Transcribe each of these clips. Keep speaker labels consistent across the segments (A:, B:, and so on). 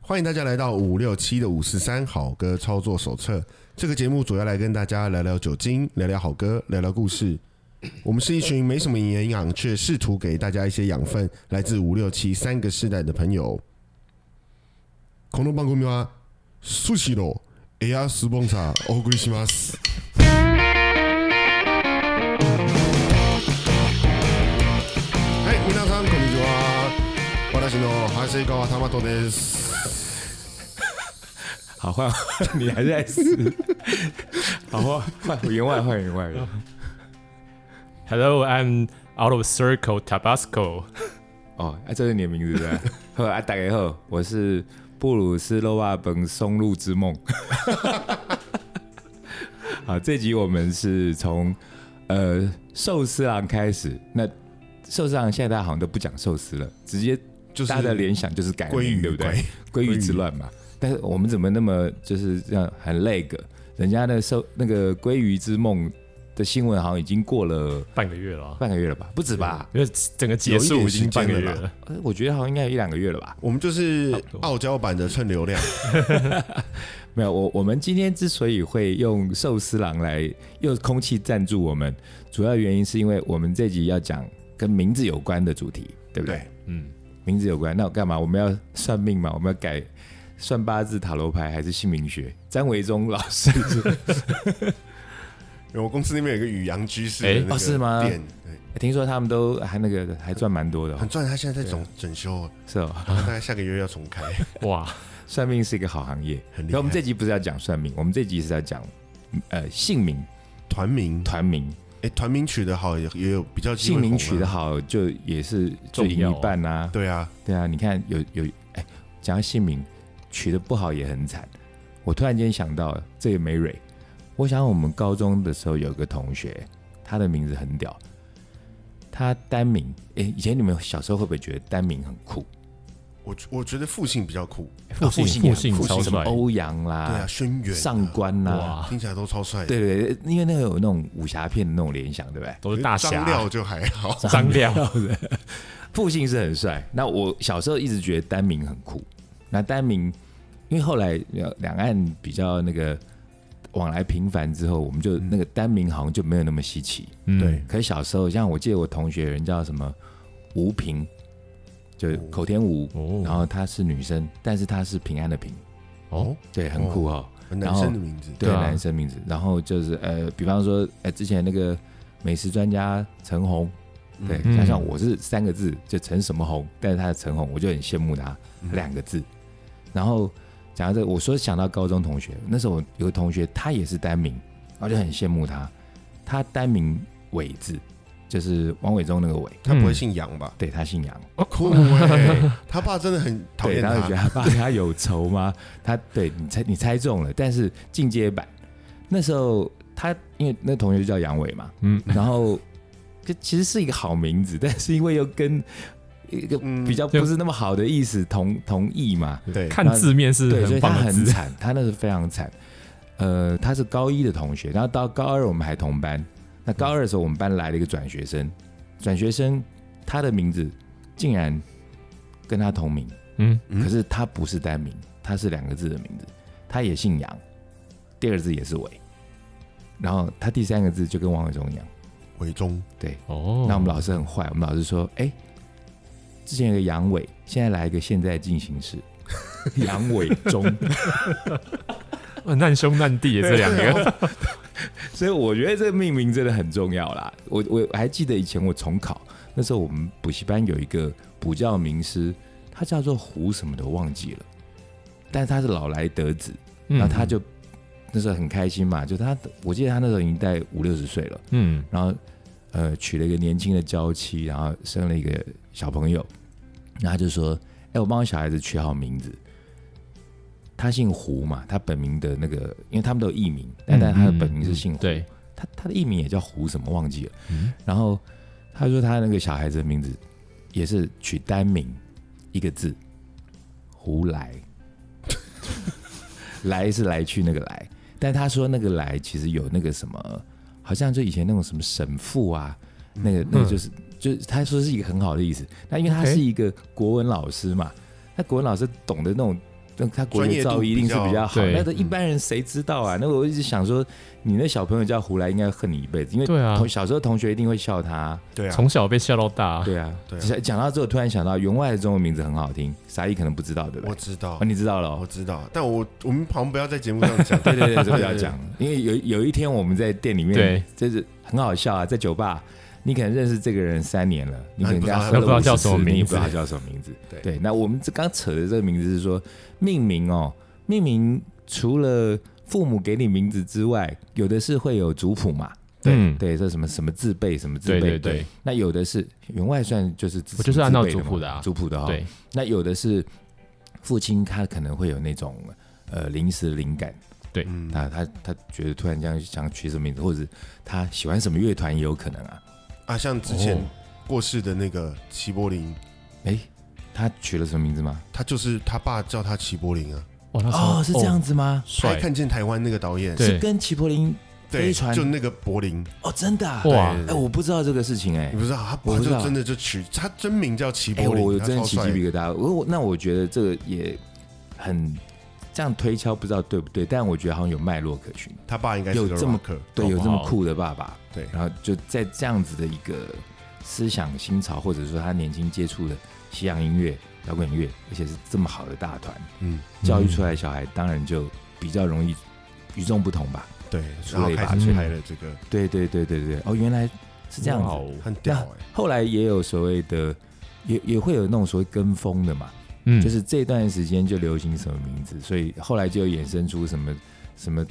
A: 欢迎大家来到五六七的五四三好歌操作手册。这个节目主要来跟大家聊聊酒精，聊聊好歌，聊聊故事。我们是一群没什么营养，却试图给大家一些养分，来自五六七三个世代的朋友。この番組は寿司のエアスポンサーをお送りします。はい、皆さんこんにちは。私の長谷川玉人です。
B: 好换， 你还在撕？ 好换换员外，换员外
A: 嗯
B: 人。
C: Hello, I'm out of circle Tabasco。
B: 哦，哎、这是你的名字 对不对？呵，啊，大家好，我是布鲁斯洛瓦本松露 之梦。好，这集我们是从呃寿司郎开始。那寿司郎现在大家好像都不讲寿司了，直接
A: 就是
B: 大家的联想就是改
A: 鲑
B: 名，
A: 鱼
B: 对不对
A: 鲑？
B: 鲑鱼之乱嘛。但是我们怎么那么就是这样很那个？人家的寿那个鲑鱼之梦的新闻好像已经过了
C: 半个月了啊，
B: 半个月了吧？不止吧？
C: 因为整个结束已经半个
A: 有
C: 月
A: 一点时间了
C: 了。
B: 呃我觉得好像应该有一两个月了吧。
A: 我们就是傲娇版的蹭流量，
B: 没有，我我们今天之所以会用寿司郎来用空气赞助我们，主要原因是因为我们这集要讲跟名字有关的主题，对不对？
A: 对，
C: 嗯，
B: 名字有关，那我干嘛？我们要算命嘛？我们要改算八字、塔罗牌还是姓名学？张维忠老师
A: 因为我公司那边有一个宇阳居士
C: 哎
A: 的那个
B: 哦是吗
A: 店，对，
B: 听说他们都还那个还赚蛮多的、哦
A: 很，赚。他现在在整整修，
B: 是哦。
A: 然后大概下个月要重开，
C: 哇，
B: 算命是一个好行业。
A: 很厉害。
B: 那我们这集不是要讲算命，我们这集是要讲呃姓名、
A: 团名，
B: 团名。
A: 哎，团名取得好也也有比较机会
B: 姓名
A: 红啊
B: 取得，好就也是就赢一半啊。
A: 对啊，
B: 对啊，你看有有哎，讲到姓名取得不好也很惨。我突然间想到，这也没蕊。我想我们高中的时候有个同学，他的名字很屌，他单名。哎，以前你们小时候会不会觉得单名很酷？啊
A: 我我觉得复姓比较酷，
B: 哎
C: 复姓
B: 也
C: 复姓
B: 很酷
C: 超
B: 什么
C: 帅
B: 欧阳啦，
A: 对啊，轩辕啊
B: 上官啦、
C: 哇
A: 听起来都超帅的，
B: 对对对，因为那个有那种武侠片的那种联想，对不对？
C: 都是大
A: 张
C: 侠
A: 料就还好，
C: 张亮，
B: 复姓是很帅。那我小时候一直觉得单名很酷。那单名，因为后来呃两岸比较那个往来频繁之后，我们就那个单名好像就没有那么稀奇。
C: 嗯
A: 对，
B: 可是小时候，像我记得我同学有人叫什么吴平，就是口天吴，
C: 哦
B: 然后她是女生，但是她是平安的平，
C: 哦，
B: 对，很酷哦。
A: 男生的名字，
B: 对，
C: 对啊
B: 男生名字。然后就是呃，比方说，呃，之前那个美食专家陈红，对，
C: 嗯
B: 加上我是三个字，就陈什么红，但是他的陈红，我就很羡慕他两个字。然后讲到这个，我说想到高中同学，那时候我有个同学，他也是单名，我就很羡慕他。他单名伟字，就是王伟忠那个伟，嗯
A: 他不会姓杨吧？
B: 对他姓杨，
A: 酷哎，他爸真的很讨
B: 嗯哦对，
A: 厌
B: 然后
A: 他
B: 觉得，他 爸跟他有仇吗？他对你猜你猜中了，但是进阶版那时候他因为那同学就叫杨伟嘛，
C: 嗯，
B: 然后这其实是一个好名字，但是因为又跟一个
A: 嗯
B: 比较不是那么好的意思同同意嘛，
A: 对，
C: 看字面是
B: 对，所以
C: 很
B: 他
C: 棒的
B: 很
C: 字，
B: 惨，他那时候非常惨。呃，他是高一的同学，然后到高二我们还同班。那高二的时候，我们班来了一个转学生，转学生他的名字竟然跟他同名，
C: 嗯，
A: 嗯
B: 可是他不是单名，他是两个字的名字，他也姓杨，第二个字也是伟，然后他第三个字就跟王伟忠一样。
A: 伟忠，
B: 对，
C: 哦，
B: 那我们老师很坏，我们老师说，哎、之前有个杨伟，现在来一个现在进行 时，杨伟忠。
C: 哇呃难兄难弟耶，这两个
B: 哦
A: 个
B: 所以我觉得这个命名真的很重要啦。我我还记得以前我重考那时候，我们补习班有一个补教名师，他叫做胡什么的忘记了，但是他是老来得子，
C: 嗯
B: 然后他就、那时候很开心嘛，就他我记得他那时候已经在五六十岁了，
C: 嗯，
B: 然后呃娶了一个年轻的娇妻，然后生了一个小朋友，然后他就说：“哎、我帮我小孩子取好名字。”他姓胡嘛，他本名的那个，因为他们都有艺名，但但他的本名是姓胡。
C: 嗯对，
B: 他他的艺名也叫胡什么忘记了，
C: 嗯
B: 然后他说他那个小孩子的名字也是取单名一个字，胡来， 来是来去那个来，但他说那个来其实有那个什么，好像就以前那种什么神父啊，那
A: 嗯
B: 个那个就是、就是他说是一个很好的意思，那因为他
C: OK
B: 是一个国文老师嘛，那国文老师懂得那种但他国
A: 专
B: 语
A: 业
B: 造
A: 度
B: 诣一定是
A: 比较嗯
B: 比较好。
C: 对
B: 那个一般人谁知道啊？那我一直想说，你那小朋友叫胡来，应该恨你一辈子，因为
C: 对啊
B: 同小时候同学一定会笑他。
A: 对啊，
C: 从小被笑到大，
B: 对啊，
A: 对啊
B: 讲讲到这，我突然想到，员外的中文名字很好听，傻一可能不知道，对不
A: 我
B: 对？
A: 知道
B: 哦，，你知道了 哦、，
A: 我知道，但我我们好像不要在节目上讲
B: 对对对，这不要讲，因为有有一天我们在店里面，
C: 对，
B: 就是很好笑啊，在酒吧，你可能认识这个人三年了，你可能跟他
A: 啊你
B: 喝了
A: 不
C: 知道他
B: 50
C: 叫什么
B: 次
C: 名字
B: 你也不知道他叫什么名字。
A: 对
B: 对，那我们这刚扯的这个名字是说命名哦，命名除了父母给你名字之外，有的是会有族谱嘛，
C: 嗯，
B: 对，这什么什么字辈，什么字
C: 对
B: 辈，
C: 对对
B: 那有的是员外算就是
C: 我就是按照
B: 族
C: 族谱的啊
B: 族谱的哈、哦
C: 对，
B: 那有的是父亲，他可能会有那种呃临时的灵感，
C: 对
B: 嗯，他他他觉得突然这样想取什么名字，或者是他喜欢什么乐团也有可能啊。
A: 啊，像之前
B: 哦
A: 过世的那个齐柏林，
B: 哎，他取了什么名字吗？
A: 他就是他爸叫他齐柏林啊，
C: 哇，那时候
B: 哦，是这样，子吗？
A: 还
C: 帅，
A: 看见台湾那个导演，
C: 对
B: 是跟齐柏林
A: 对
B: 飞，船
A: 就那个柏林，
B: 哦，真的、啊、
C: 哇
A: 对
B: 哎，我不知道这个事情哎、
A: 你不知道他爸
B: 我不知
A: 就
B: 道
A: 真的就取他真名叫齐
B: 哎、
A: 柏
B: 我
A: 林，他
B: 真的
A: 超
B: 起
A: 帅
B: 鸡，皮疙瘩。我我那我觉得这个也很这样推敲，不知道对不对，但我觉得好像有脉络可循。
A: 他爸应该是
B: 有
A: 个
B: 这么
A: rocker，
B: 对，有
C: 搞
B: 这
C: 不
B: 么
C: 好
B: 酷的爸爸，
A: 对
B: 然后就在这样子的一个思想新潮，或者说他年轻接触的西洋音乐、摇滚乐，而且是这么好的大团，
A: 嗯，
B: 教育出来的小孩当然就比较容易与众不同吧。
A: 对，
B: 出
A: 然
B: 了
A: 后
B: 一把
A: 开始
C: 剑
A: 拍了这个，
B: 对对对对对，哦，原来是这样
C: 哇
B: 子。
C: 哦
A: 很屌哎，
B: 后来也有所谓的，也也会有那种所谓跟风的嘛，
C: 嗯，
B: 就是这段时间就流行什么名字，所以后来就衍生出什么什么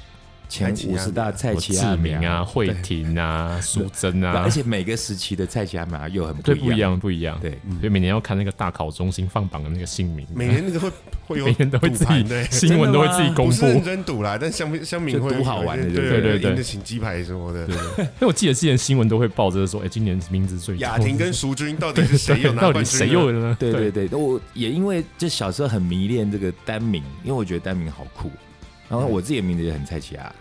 B: 前
A: 蔡奇亚
B: 五十大
A: 米啊
B: 蔡
C: 我
B: 奇
C: 哦志
B: 亚米
C: 明啊、慧
B: 对
C: 婷啊、淑珍啊
B: 而，且每个时期的蔡奇亚马又很
C: 对，
B: 不
C: 不
B: 一
C: 一
B: 样。
C: 样，嗯不一样，
B: 对，
C: 所以每年要看那个大考中心放榜的那个姓名，
A: 每年那个 会会有
C: 每年都会自
A: 赌盘
C: 己
A: 对。
C: 新闻都会自己公
A: 不是认
C: 布。
A: 真赌啦，但香槟香槟
B: 就
A: 会
B: 赌好玩的
A: 对
B: 就
C: 对对对
A: 赢得请鸡排什么的。
C: 因为我记得之前新闻都会报着说，哎，今年名字最多
A: 雅婷跟淑君到底是谁有
C: 对，
A: 拿
C: 到
A: 冠军
C: 底
A: 呢？
C: 谁又呢？
B: 对对对，我也因为就小时候很迷恋这个单名，因为我觉得单名好酷，然
C: 嗯
B: 后我自己的名字也很蔡奇亚，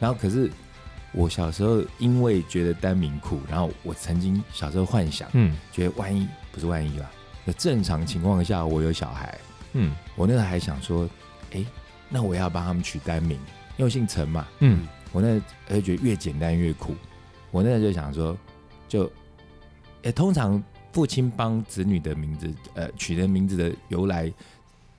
B: 然后可是我小时候因为觉得单名酷，然后我曾经小时候幻想，
C: 嗯
B: 觉得万一不是万一啦，那正常情况下我有小孩，
C: 嗯
B: 我那时候还想说，哎，那我要帮他们取单名，因为我姓陈嘛，
C: 嗯，
B: 我那而且觉得越简单越酷。我那时候就想说，就，诶、通常父亲帮子女的名字，呃，取的名字的由来，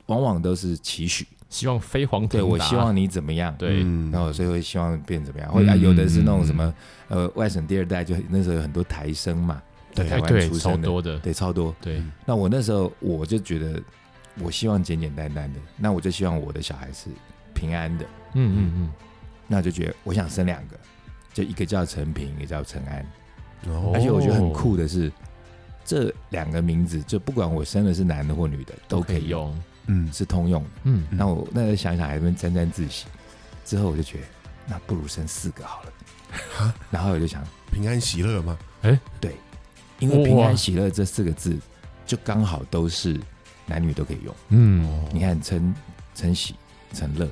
B: 往往都是期许。
C: 希望飞黄腾
B: 对
C: 达。
B: 我希望你怎么样，
C: 对
A: 嗯
B: 然后所以会希望变怎么样，或者、啊
C: 嗯
B: 有的是那种什么，呃，外省第二代，就那时候有很多台生嘛，在
A: 对
B: 台
C: 哎
B: 湾
C: 对
B: 出
C: 超
B: 生的，
C: 多的，
B: 对，超多。
C: 对
B: 那我那时候我就觉得，我希望简简单单的，那我就希望我的小孩是平安的，
C: 嗯嗯嗯，
B: 那我就觉得我想生两个，就一个叫陈平，一个叫陈安。
A: 哦
B: 而且我觉得很酷的是，这两个名字就不管我生的是男的或女的，都可以用，
C: 用。
A: 嗯，
B: 是通用的。
C: 嗯，
A: 嗯
B: 那我那时候想想还是沾沾自喜，之后我就觉得那不如生四个好了。 然后我就想，
A: 平安喜乐嘛，
B: 因为平
C: 哇
B: 安喜乐这四个字就刚好都是男女都可以用。
C: 嗯，
B: 你看陈陈喜、陈乐
A: 哦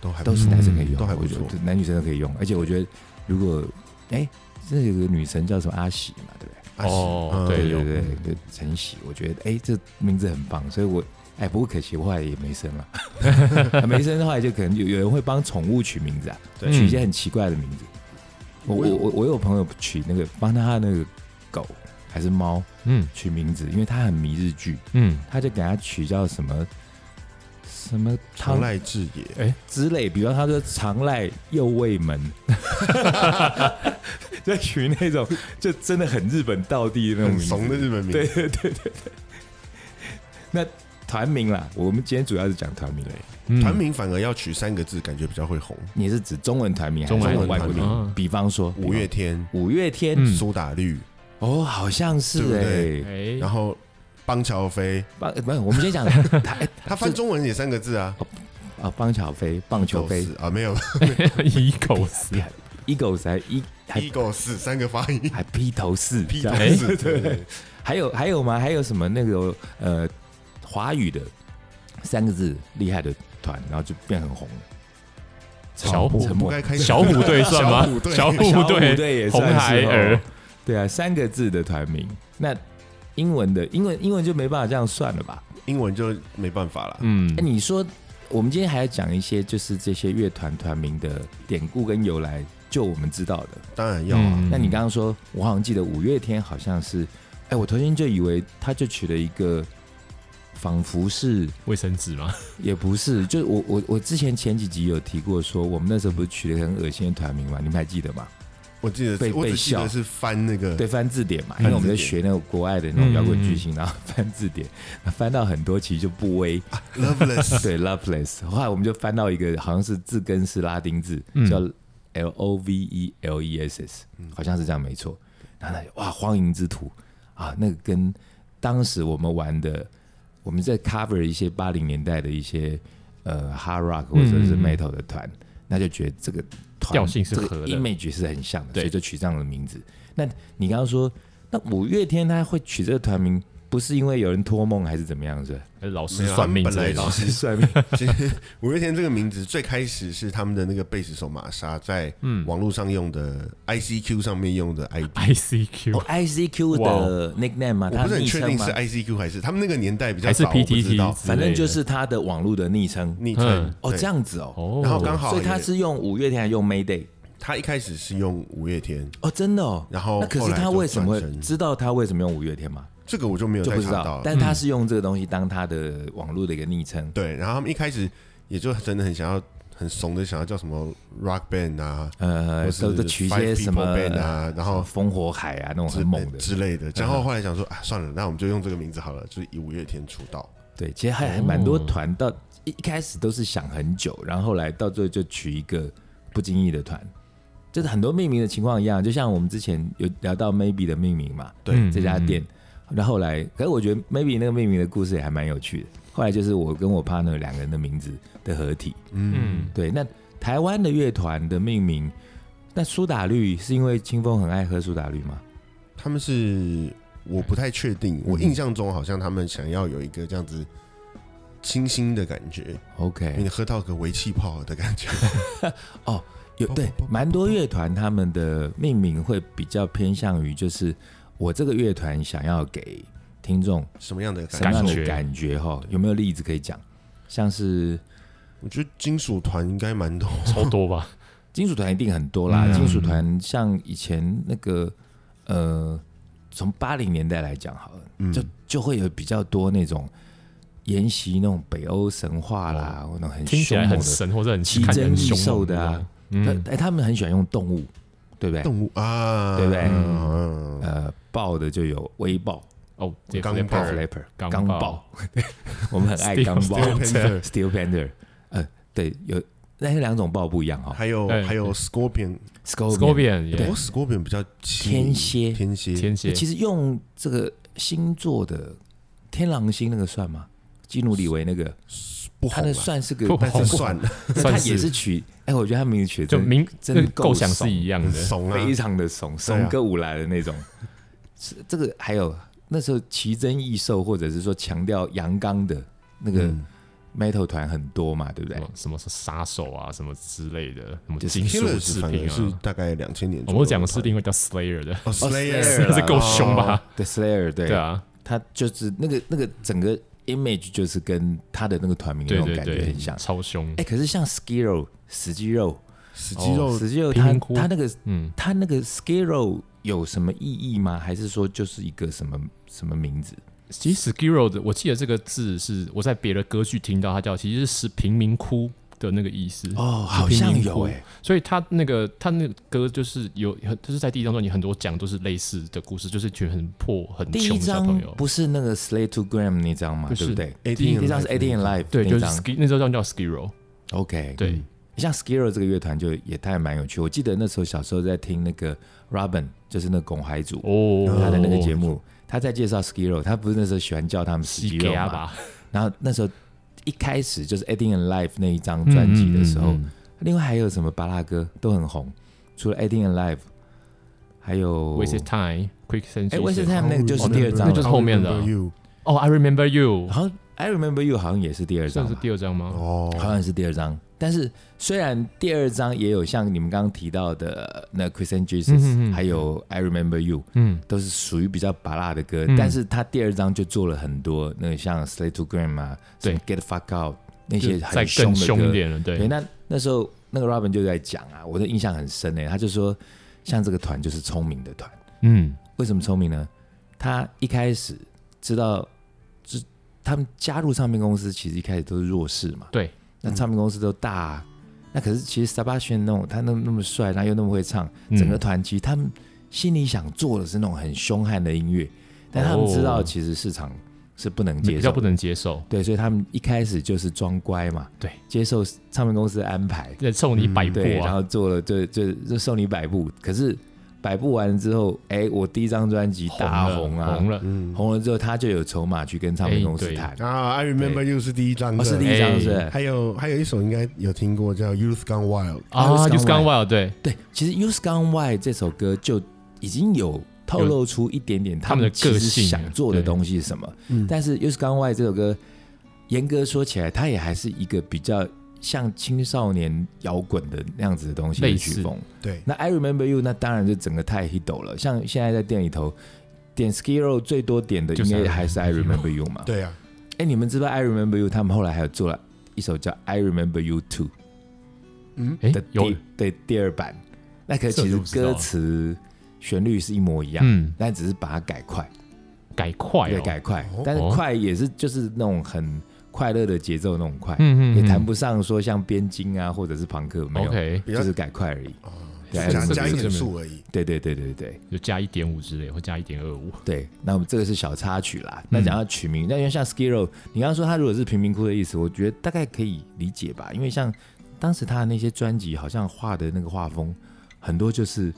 A: 都还不
B: 都是
A: 错
B: 男生可以用，
A: 嗯都还不
B: 我觉得
A: 错
B: 男女生都可以用。而且我觉得如果哎，这有个女神叫什么阿喜嘛，对不对？
A: 阿喜
C: 哦
A: 嗯
C: 对
B: 对
C: 有
B: 对对，晨曦，我觉得哎、这名字很棒，所以我哎，不过可惜我后来也没生 了，没生的话就可能有有人会帮宠物取名字啊，
A: 对
B: 取一些很奇怪的名字。我我我我有朋友取那个帮他那个狗还是猫
C: 嗯
B: 取名字，因为他很迷日剧，
C: 嗯，
B: 他就给他取叫什么什么
A: 常
B: 汤
A: 赖智也，
B: 之类，比方他说常赖右卫门， 就取那种就真的很日本道地的那种
A: 很
B: 名字
A: 怂的日本名，
B: 对对对对对。那团名啦，我们今天主要是讲团名。
C: 嗯
A: 团名反而要取三个字，感觉比较会红。
B: 你是指中文团名还
C: 中
B: 是
C: 文
B: 外国
A: 团
B: 名？
A: 名
C: 啊
B: 比方说
A: 五月，天、
B: 比方五月天、
C: 嗯
A: 苏打绿，
B: 哦，好像是
A: 对不
B: 哎、
A: 对
C: 哎，
A: 然后邦乔飞，
B: 棒不是，我们先讲台
A: 他翻中文也三个字啊，
B: 啊，邦乔飞、棒 球飞
A: Eagles 啊，没有
C: 一口死，
B: ，Eagles 还一还
A: Eagles 三个发音
B: 还披头士，
A: ，P
B: 这
A: 头
B: 样
C: 哎
A: 四，对对
B: 还有还有吗？还有什么那个呃华语的三个字厉害的团，然后就变很红了。
C: 小虎
B: 沉
A: 不
B: 默
A: 该开
C: 小虎队算吗
A: 小虎？队
C: 小
B: 小
C: 虎
B: 队
C: 队，
B: 也
C: 红
B: 算是
C: 孩儿
B: 哦，对啊，三个字的团名。那英文的英文英文就没办法这样算了吧？
A: 英文就没办法了。
C: 嗯
B: 哎、，你说我们今天还要讲一些，就是这些乐团团名的典故跟由来，就我们知道的。
A: 当然要啊，
C: 嗯
B: 那你刚刚说，我好像记得五月天好像是，哎、我头先就以为他就取了一个，仿佛是
C: 卫生纸吗？
B: 也不是，就是我我我之前前几集有提过说，我们那时候不是取了一个很恶心的团名嘛，你们还记得吗？
A: 我记得
B: 被
A: 我只记
B: 被笑
A: 得是翻那个
B: 对，翻字典嘛，
A: 嗯翻
B: 因为我
A: 字
B: 们在
A: 典嗯
B: 学那种国外的那种摇滚巨星，然后翻字典，翻到很多其实就不威，
A: Loveless
B: 对 Loveless，后来我们就翻到一个好像是字根是拉丁字，
C: 嗯
B: 叫 L O V E L E S S，好像是这样没错。然后呢，哇，荒淫之徒啊，那个跟当时我们玩的，我们在 cover 一些八零年代的一些呃 hard rock 或者是
C: 嗯嗯嗯
B: metal 的团，那就觉得这个团
C: 调性是
B: 这个
C: 合的
B: image 是很像的，所
C: 对
B: 以就取这样的名字。那你刚刚说，那五月天他会取这个团名，不是因为有人托梦还是怎么 样？是吧？
C: 还是老师算命之
A: 没
C: 类的
A: 有他们本来就
C: 吗？
A: 是
B: 是算命。
A: 其实五月天这个名字最开始是他们的那个贝斯手玛莎在网络上用的 ICQ 上面用的 ID，、
C: I C Q
B: 哦，ICQ
C: 哇
B: 的 nickname 吗？
A: 我
B: 他
A: 不是
B: 的
A: 很
B: 昵
A: 确
B: 称
A: 定
B: 吗
A: 是？ICQ 还是他们那个年代比较
C: 还是
A: 早，我不知
C: PTT
A: 道
B: 反正就是他的网络的昵称。
A: 昵称
C: 嗯
B: 哦，
A: 对
B: 这样子哦，
C: 哦，
A: 然后刚好
B: 所以他
A: 也
B: 是用五月天还是用 Mayday？
A: 他一开始是用五月天，
B: 哦，真的哦。
A: 然后
B: 那可
A: 后
B: 是
A: 来
B: 他
A: 就
B: 为什么会
A: 转成
B: 知道他为什么用五月天吗？
A: 这个我就没有
B: 就
A: 再
B: 不知
A: 查到
B: 道
A: 了，。
B: 但他是用这个东西当他的网络的一个昵称。
A: 对，然后他们一开始也就真的很想要很怂的想要叫什么 rock band 啊，
B: 呃，
A: 或是
B: 都都取一些
A: Five People
B: 什么
A: band 啊然后
B: 什么烽火海啊那种
A: 之
B: 很猛的。嗯
A: 之类的。然后后来想说啊，算了，那我们就用这个名字好了，就是以五月天出道。
B: 对，其实还还
C: 哦
B: 蛮多团到一一开始都是想很久，然后后来到最后就取一个不经意的团，就是很多命名的情况一样，就像我们之前有聊到 Maybe 的命名嘛，
A: 对
C: 嗯
B: 这家
C: 嗯嗯
B: 店，然后后来，可是我觉得 Maybe 那个命名的故事也还蛮有趣的。后来就是我跟我 partner 两个人的名字的合体，
A: 嗯，
C: 嗯，
B: 对，那台湾的乐团的命名，那苏打绿是因为清风很爱喝苏打绿吗？
A: 他们是我不太确定，我印象中好像他们想要有一个这样子清新的感觉，因
B: OK，
A: 为喝到个微气泡的感觉。
B: 有
A: 哦
B: 对，蛮多乐团他们的命名会比较偏向于就是我这个乐团想要给听众
A: 什么样的
B: 什么
A: 感
B: 样
A: 觉？
B: 的感觉哈？有没有例子可以讲？像是
A: 我觉得金属团应该蛮多，
C: 超多吧？
B: 金属团一定很多啦，
C: 嗯
B: 金属团像以前那个呃，从八零年代来讲好了，
A: 嗯
B: 就就会有比较多那种沿袭那种北欧神话啦，
A: 哦
B: 那种很
C: 听起
B: 凶
C: 来
B: 猛
C: 很
B: 的，
C: 神或者很
B: 奇
C: 看起来
B: 珍
C: 很
B: 异
C: 凶
B: 兽
C: 猛
B: 的啊
C: 这样，
B: 但
C: 嗯，
B: 哎，他们很喜欢用动物，对不对？
A: 动物啊，
B: 对不对
A: 嗯
B: 呃，豹的就有威豹
C: 哦，这
A: 钢
C: 这
A: 炮
B: f l
A: Leopard
B: a p e r
C: 钢
B: 钢
C: 豹
B: 豹， 我们很爱
C: Steel-
B: 钢豹
A: Steel Panther
B: ，Steel Panther，呃，对，有那两种豹不一样哈哦
A: 还有
C: 哎
A: 还有 Scorpion，
B: ，Scorpion
C: Scorpion
A: 不
C: 也
A: 过 Scorpion 比较亲
B: 天蝎
A: 天蝎，
C: 天蝎，
B: 其实用这个星座的天狼星那个算吗？基努里维那个，
A: 不
B: 他
A: 红
B: 那
A: 啊，
B: 算是个，
C: 不
A: 但
C: 红
A: 是算了，
B: 他
C: 算
B: 也是取，哎，我觉得他名字取得
C: 就
B: 真的
C: 名
B: 真
C: 那
B: 的
C: 个
B: 够
C: 构想
B: 怂
C: 是一样
A: 很
C: 的，
A: 怂啊，
B: 非常的怂，
A: 对
B: 怂
A: 啊
B: 歌舞来的那种。是这个还有那时候奇珍异兽，或者是说强调阳刚的那个
A: 嗯
B: metal 团很多嘛，对不
C: 什
B: 对
C: 么？什么杀手啊，什么之类的，什么
B: 就是
C: 金属
A: Killers
C: 制
A: 反
C: 品
A: 而是
C: 啊。
A: 大概两千年左
C: 我
A: 右团，
C: 们讲的是另外叫 Slayer 啊的，
A: 哦
B: Slayer
A: ，Slayer 哦
B: 啦
C: 是够凶吧？
B: The Slayer 哦对
C: 对啊，
B: 他就是那个那个整个 image 就是跟他的那个团名那
C: 对
B: 种
C: 对
B: 感觉
C: 对
B: 很，像。
C: 超凶
B: 哎，。可是像 Skiro 死肌肉，哦
A: 死肌肉
B: 死肌肉
C: 贫
B: 他
C: 民窟
B: 他那个
C: 嗯，
B: 他那个 Skiro 有什么意义吗？还是说就是一个什么什么名字？
C: 其实 Skiro 的，我记得这个字是我在别的歌剧听到它叫，其实是贫民窟的那个意思。
B: 哦，
C: 是
B: 好
C: 贫
B: 像
C: 民
B: 有
C: 窟
B: 哎、
C: 所以他那个他那个歌就是有，就是在第一张专辑很多讲都是类似的故事，就是觉得很破很
B: 第
C: 穷
B: 一
C: 的小
B: 张
C: 朋友。
B: 不是那个 Slay to Gram 那张嘛，
C: 不
B: 对不
C: 是
B: 对？
A: ，AD
B: 第一张是 a d i n Live
C: 对，
B: 那
C: 就是
B: 张。嗯
C: Ski 那时候叫 Skiro，
B: OK，
C: 对，
B: 像 Skiro 这个乐团就也太蛮有趣。我记得那时候小时候在听那个 Robin，就是那个巩海组、
C: 哦，
B: 他的那个节目，他在介绍 Skiro，他不是那时候喜欢叫他们死肌
C: 西
B: 肉
C: 给
B: 嘛？
C: 阿吧，
B: 然后那时候一开始就是 a d i n Live 那一张专辑的时候，
C: 嗯嗯嗯
B: 另外还有什么巴拉歌都很红，除了 a d i n Live，还有
C: 嗯 Wasted Time、Quick Sense，
B: 哎 Wasted Time
A: 哦
B: 那个就是第二张
C: 那就是后面的啊
A: 了
C: 哦，I Remember You，
B: 好像 I Remember You 好像也是第二
C: 这
B: 张
C: 是
B: 吧，
C: 第二张吗？
B: 好
A: 哦，
B: 像是第二张。但是虽然第二张也有像你们刚刚提到的那 Christian Jesus，、
C: 嗯嗯嗯
B: 还有 I Remember You
C: 嗯，
B: 都是属于比较拔辣的歌，
C: 嗯
B: 但是他第二张就做了很多那个像 Slay to Gram 啊，
C: 对
B: 什么 Get the Fuck Out 那些
C: 就再
B: 很凶
C: 更
B: 的
C: 凶
B: 歌
C: 一点了，对
B: 对，那那时候那个 Robin 就在讲啊，我的印象很深呢、他就说，像这个团就是聪明的团，
C: 嗯，
B: 为什么聪明呢？他一开始知道，就他们加入唱片公司，其实一开始都是弱势嘛。
C: 对，
B: 那唱片公司都大、那可是其实 Sebastian 那种他那么那么帅，然后又那么会唱，
C: 嗯
B: 整个团其实他们心里想做的是那种很凶悍的音乐，但他们知道
C: 哦
B: 其实市场是不能接
C: 比
B: 受
C: 较
B: 的
C: 不能接受，
B: 对，所以他们一开始就是装乖嘛，
C: 对，
B: 接受唱片公司的安排，
C: 再送你百步
B: 嗯对，然
C: 啊，
B: 后做了，就就就送你百步。可是百步完了之后，哎，我第一张专辑大
C: 了
B: 红啊，
C: 红了，
A: 嗯，
B: 红了之后，他就有筹码去跟唱片公司
C: 哎对
B: 谈，
A: 啊，I remember you 是第一张
B: 哦，
A: 的，
B: 是第一张
C: 哎
B: 是不是？
A: 还有还有一首应该有听过叫 Youth Gone Wild，
C: 啊
B: Youth
C: ，Youth Gone
B: Gone
C: Wild，对，
B: 对，其实《You's Gone Why》这首歌就已经有透露出一点点
C: 他们的
B: 其
C: 个
B: 实
C: 性啊
B: 想做的
C: 对
B: 东西是什么。
A: 嗯
B: 但是《You's Gone Why》这首歌，严格说起来，它也还是一个比较像青少年摇滚的那样子的东西的
C: 类
B: 曲
C: 似
B: 风。
A: 对，
B: 那 I Remember You 那当然就整个太 hit 了，像现在在店里头点 Skiro 最多点的
C: 就
B: 应
C: 是
B: 该还是 I
C: I Remember
B: Remember You 嘛。
A: 对啊，
B: 哎、你们知不知道 I Remember You 他们后来还有做了一首叫 I Remember You Too
A: 嗯，
C: 哎
B: 的，
C: 有
B: 第，对第二版，那可其
C: 这
B: 实
C: 我就不知道
B: 歌
C: 了
B: 词旋律是一模一样，
C: 嗯，
B: 但只是把它改快，
C: 改快
B: 对，
C: 哦，
B: 改快
A: 哦，
B: 但是快也是就是那种很快乐的节奏那种快，
C: 嗯嗯，
B: 也谈不上说像边境啊或者是朋克没有，
C: OK，
A: 比较
B: 就是改快而已。
A: 啊，
B: 对
A: 加
B: 这个
A: 加一
C: 这个
A: 点
C: 没有
A: 数而已，
B: 对对对对对。
C: 就加一点五之类，或加一点二五，
B: 对，那我们这个是小插曲
C: 嗯
B: 啦。那讲到取名，那因为像 Skiro，你刚刚说他如果是贫民窟的意思，我觉得大概可以理解吧。因为像当时他的那些专辑，好像画的那个画风，很多就是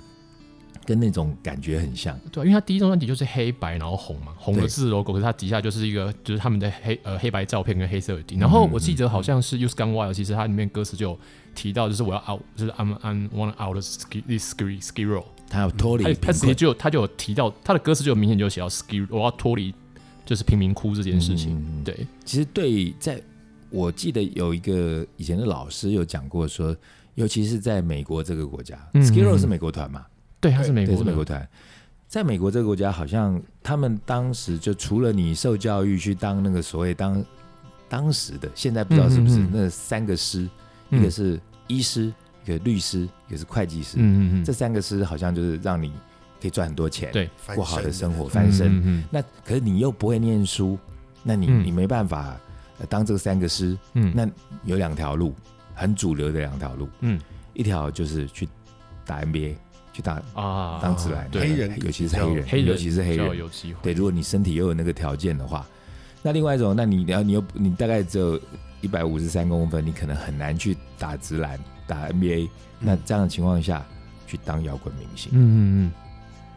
B: 跟那种感觉很像。
C: 对啊，因为他第一张专辑就是黑白，然后红嘛，红
B: 对
C: 的字 logo，可是他底下就是一个就是他们的黑呃黑白照片跟黑色
B: 嗯
C: 的底。然后我记得好像是《Use Gun Wild》，其实它里面歌词就有提到，就是我要 out，就是 I'm I'm wanna out of ski this ski ski roll。
B: 他要脱离
C: 嗯他
B: 贫
C: 他直接
B: 困，
C: 就有他就有提到他的歌词就有明显就有写到 ski，我要脱离就是贫民窟这件事情。
B: 嗯嗯嗯
C: 对，
B: 其实对，在我记得有一个以前的老师有讲过说，尤其是在美国这个国家、
C: 嗯
B: s k i r o
C: 嗯
B: 是美国团嘛，
C: 对，他是美
B: 对，
C: 国
B: 是
C: 的
B: 美国团。在美国这个国家，好像他们当时就除了你受教育去当那个所谓当当时的，现在不知道是不是、
C: 嗯嗯嗯
B: 那三个师，
C: 嗯
B: 一个是医师，一个律师，一个是会计师。
C: 嗯嗯嗯，
B: 这三个师好像就是让你可以赚很多钱，
C: 对
A: 翻
B: 过好的
A: 身
B: 生活，
A: 那种
B: 翻身。
C: 嗯嗯
B: 那可是你又不会念书，那你、
C: 嗯
B: 你没办法、呃当这三个师，
C: 嗯，
B: 那有两条路，很主流的两条路，
C: 嗯
B: 一条就是去打 NBA，去打
C: 啊，
B: 当自然，
C: 对
A: 黑人
B: 尤其是黑人，
C: 黑人
B: 尤其是黑
C: 比较
B: 人，
C: 有机会。
B: 对，如果你身体又有那个条件的话，那另外一种，那你要你又你大概只有一百五十三公分，你可能很难去打直篮、打 NBA，、那这样的情况下去当摇滚明星。
C: 嗯嗯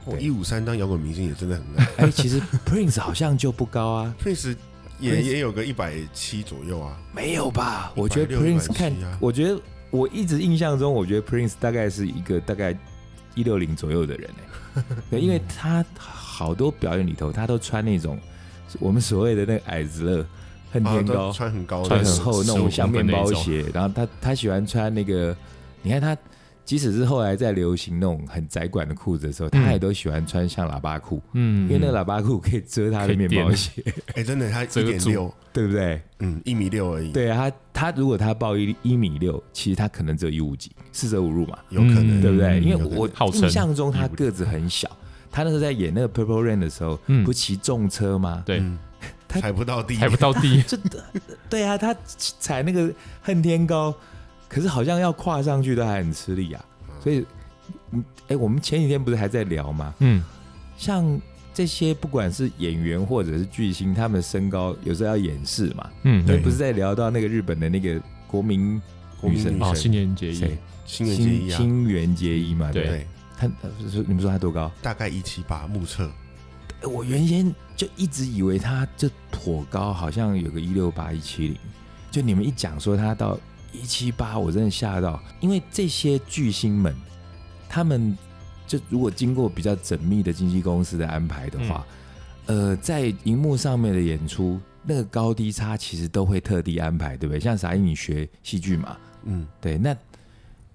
A: 我
B: 对
A: 哦一五三当摇滚明星也真的很 难
B: 哎、其实 Prince 好像就不高啊，
A: ，Prince 也
B: Prince
A: 也有个一百七左右啊，
B: 没有吧？我觉得
A: 160
B: Prince 看
A: 170啊，
B: 我觉得我一直印象中，我觉得 Prince 大概是一个大概一六零左右的人哎、对，因为他好多表演里头，他都穿那种我们所谓的那个矮子乐，恨
A: 啊，
B: 天
A: 都
B: 高，
A: 穿很高
B: 穿
A: 的
B: 很
C: 十
B: 厚那
C: 15
B: 种像面
C: 公分的
B: 包
C: 那种
B: 鞋，然后他他喜欢穿那个，你看他。即使是后来在流行那种很窄管的裤子的时候，他
C: 嗯
B: 也都喜欢穿像喇叭裤，
C: 嗯，
B: 因为那个喇叭裤可以遮他
C: 可
B: 的
C: 以
B: 面包
C: 垫
B: 鞋，
A: 哎，真的他一
C: 遮
A: 点
C: 住
A: 六，
B: 对不对？
A: 嗯，一米六而已，
B: 对啊，他他如果他报一一米六，其实他可能只有一五几，四舍五入嘛，
A: 有可能
C: 嗯
B: 对不对？因为
A: 有可能
B: 我
C: 号称
B: 印象中他
C: 156
B: 个子很小，他那时候在演那个 Purple Rain 的时候，
C: 嗯
B: 不骑重车吗？
C: 对
A: 嗯
B: 他
A: 踩不到地，
C: 踩不到地，
B: 这对啊，他踩那个恨天高，可是好像要跨上去都还很吃力啊。所以，嗯，哎，我们前几天不是还在聊吗？
C: 嗯，
B: 像这些不管是演员或者是巨星，他们身高有时候要掩饰嘛。
C: 嗯，
A: 对
B: 不是在聊到那个日本的那个国民
A: 国民
B: 女神
A: 女
C: 啊，
A: 神
C: 新年结衣，
B: 谁？
A: 新垣结衣啊，
B: 新垣结衣嘛，对不对，
A: 对，
B: 他呃不是你们说他多高？
A: 大概一七八目测，
B: 呃我原先就一直以为他就颇高，好像有个一六八一七零，就你们一讲说他到一七八，我真的吓到，因为这些巨星们，他们就如果经过比较缜密的经纪公司的安排的话，呃，在荧幕上面的演出。那个高低差其实都会特地安排，对不对？像傻一，你学戏剧嘛，
A: 嗯，
B: 对，那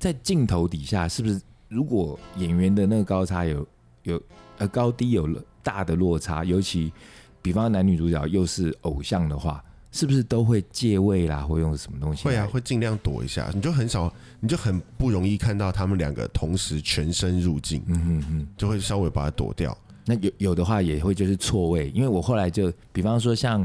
B: 在镜头底下，是不是如果演员的那个高差有有呃高低有了大的落差，尤其比方男女主角又是偶像的话，是不是都会借位啦，或用什么东西？
A: 会啊，，会尽量躲一下，你就很少，你就很不容易看到他们两个同时全身入镜，
B: 嗯哼哼。
A: 就会稍微把它躲掉。
B: 那有有的话也会就是错位，因为我后来就比方说像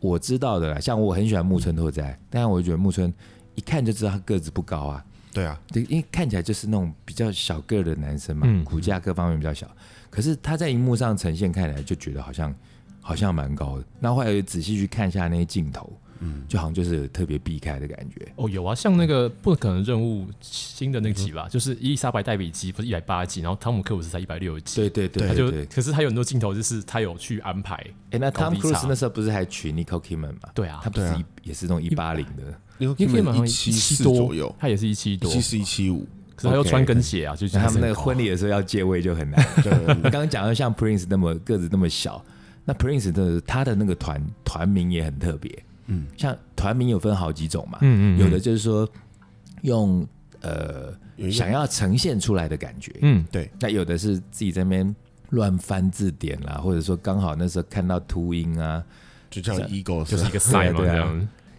B: 我知道的啦，像我很喜欢木村拓哉，但我就觉得木村一看就知道他个子不高啊，
A: 对啊，
B: 对，因为看起来就是那种比较小个儿的男生嘛，
C: 嗯
B: 骨架各方面比较小，可是他在荧幕上呈现看起来就觉得好像好像蛮高的。那后来仔细去看一下那些镜头，嗯，就好像就是有特别避开的感觉。
C: 哦，有啊，像那个不可能任务新的那集吧，就是伊丽莎白戴比基不是一百八集，然后汤姆克鲁斯才一百六集，
B: 对对对
C: 他
B: 对
C: 就
B: 对。
C: 可是他有很多镜头就是他有去安排，
B: 哎，那
C: 高
B: Tom
C: 低差
B: Cruise 那时候不是还娶 Nicole Kidman 嘛？
C: 对啊
B: 他不是
A: 对啊
B: 一也是那种一八零的，
A: 你
C: 因为 Kidman 好像
A: 一七四
C: 多
A: 左右，
C: 他也是一七
A: 一
C: 多，
A: 七四一七五，
C: 可是他又
B: OK
C: 穿跟鞋啊，就
B: 然后他们那个婚
C: 礼
B: 礼的时候要借位就很 难。
A: 对，
B: 你刚刚讲到像 Prince 那么个子那么小，那 Prince 的他的那个团团名也很特别，嗯，像团名有分好几种嘛，
C: 嗯嗯嗯
B: 有的就是说用呃
A: 有一个
B: 想要呈现出来的感觉，
C: 嗯，
B: 那有的是自己在那边乱翻字典啦，或者说刚好那时候看到秃鹰啊，
A: 就像 ego
C: 就是一个
B: 对
C: 赛
B: 啊
C: 嘛
B: 对啊
C: 这样，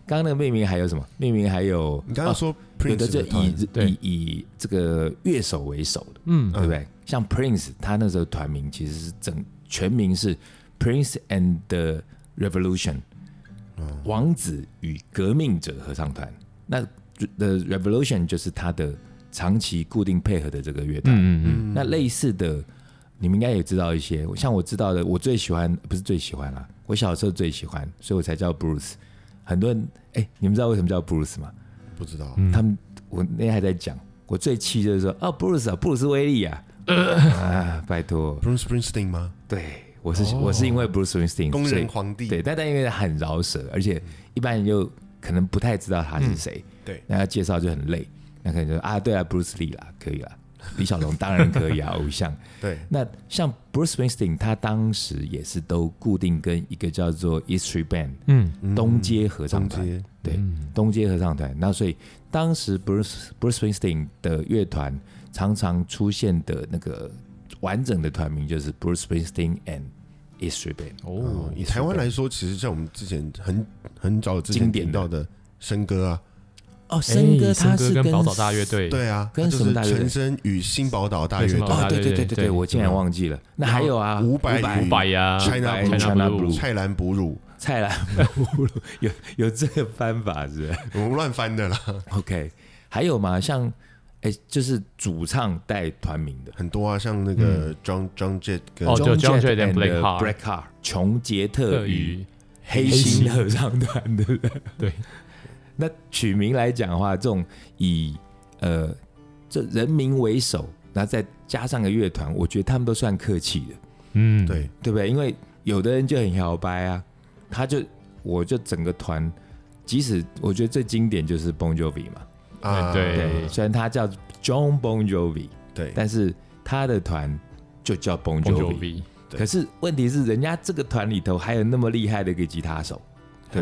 B: 刚刚那个命名还有什么？命名还有
A: 你刚刚说
B: 啊有
A: Prince
B: 的就
A: 的团
B: 以
C: 对
B: 以以这个乐手为首的，
C: 嗯
B: 对不对？像 Prince，他那时候团名其实是整全名是 Prince and the Revolution，、王子与革命者合唱团。那 The Revolution 就是他的长期固定配合的这个乐团。
C: 嗯嗯
B: 那类似的，你们应该也知道一些，像我知道的，我最喜欢不是最喜欢啦、我小时候最喜欢，所以我才叫 Bruce。很多人哎、你们知道为什么叫 Bruce 吗？
A: 不知道，
B: 他们我那天还在讲，我最气就是说啊，布鲁斯啊，布鲁斯威利啊，
A: 呃
B: 啊，拜托，
A: Bruce Springsteen 吗？
B: 对我是、我是因为 Bruce Springsteen
A: 哦工
B: 所以
A: 人嗯皇帝，
B: 对，但但因为他很饶舌，而且一般人就可能不太知道他
A: 嗯
B: 是谁，
A: 对
B: 那他介绍就很累，那可能就说啊，对啊，Bruce Lee 啦，可以啦，李小龙当然可以啊，偶像。
A: 对，
B: 那像 Bruce Springsteen，他当时也是都固定跟一个叫做 E Street Band
C: 嗯
B: 东街合唱
A: 中
B: 团。
A: 街
B: 对，东街合唱团。那所以当时 Bruce Bruce Springsteen 的乐团常常出现的那个完整的团名就是 Bruce Springsteen and E Street Band。
C: 哦，
A: 嗯以台湾来说，其实像我们之前很很早之前
B: 经典
A: 听
B: 的
A: 到的生哥啊，
B: 哦，森哥
C: 哎
B: 他是
C: 跟宝岛大乐队，
A: 对啊，
B: 跟
A: 他就
B: 什
A: 是
B: 么大乐队
A: 陈升与新宝岛大乐
C: 对
A: 队
C: 新宝岛
B: 哦，
C: 大
B: 对
C: 乐
B: 对
C: 队
B: 对对
C: 对嗯
B: 对，我竟然忘记了。那还有啊，
A: 伍
B: 伍
A: 佰
C: 伍佰呀
A: ，China
B: Blue
C: 啊，China
B: Blue
C: Blue，
A: 蔡澜哺乳，
B: 蔡 澜 有有这个翻法是不是
A: 我们乱翻的啦，
B: ？OK，还有吗？像哎，就是主唱带团名的。
A: 很多啊，像那
B: 嗯
A: 个 John John Jett 跟
C: 哦
B: John
C: John
B: Jett
C: Jett and Black Heart
B: Black Heart，琼杰特
C: 鳄
B: 与
C: 鱼，
B: 黑心合唱团，对不对？
C: 对。
B: 那取名来讲的话，这种以呃这人民为首，然后再加上个乐团，我觉得他们都算客气的，
C: 嗯，
A: 对，
B: 对不对？因为有的人就很摇摆啊，他就我就整个团，即使我觉得最经典就是 Bon Jovi 嘛，
A: 啊，
C: 对
B: 对，虽然他叫 John Bon Jovi，
A: 对，
B: 但是他的团就叫 Bon
C: Bon
B: Jovi，
C: Jovi，
A: 对
B: 可是问题是人家这个团里头还有那么厉害的一个吉他手，对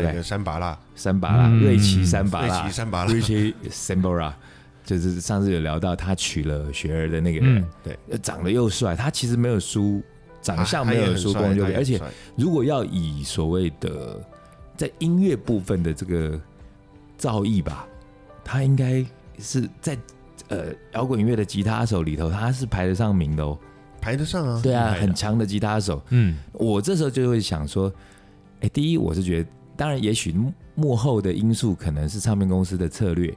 A: 还
B: 不
A: 有
B: 对
A: 那个？山拔啦，
B: 三把啦，
C: 嗯
B: 瑞奇三把
A: 瑞
B: 啦
A: 奇山拔啦，
B: ，Richie Sambora，就是 上次有聊到他娶了雪儿的那个人
C: 嗯，
A: 对
B: 呃，长得又帅，他其实没有输，
A: 啊
B: 长相没有输
A: 说
B: 光就，而
A: 哎
B: 且如果要以所谓的在音乐部分的这个造诣吧，他应该是在呃摇滚乐的吉他手里头，他是排得上名的哦。
A: 排得上啊，
B: 对啊，
C: 厉害的
B: 很强的吉他手，
C: 嗯，
B: 我这时候就会想说，哎，第一，我是觉得，当然，也许幕幕后的因素可能是唱片公司的策略，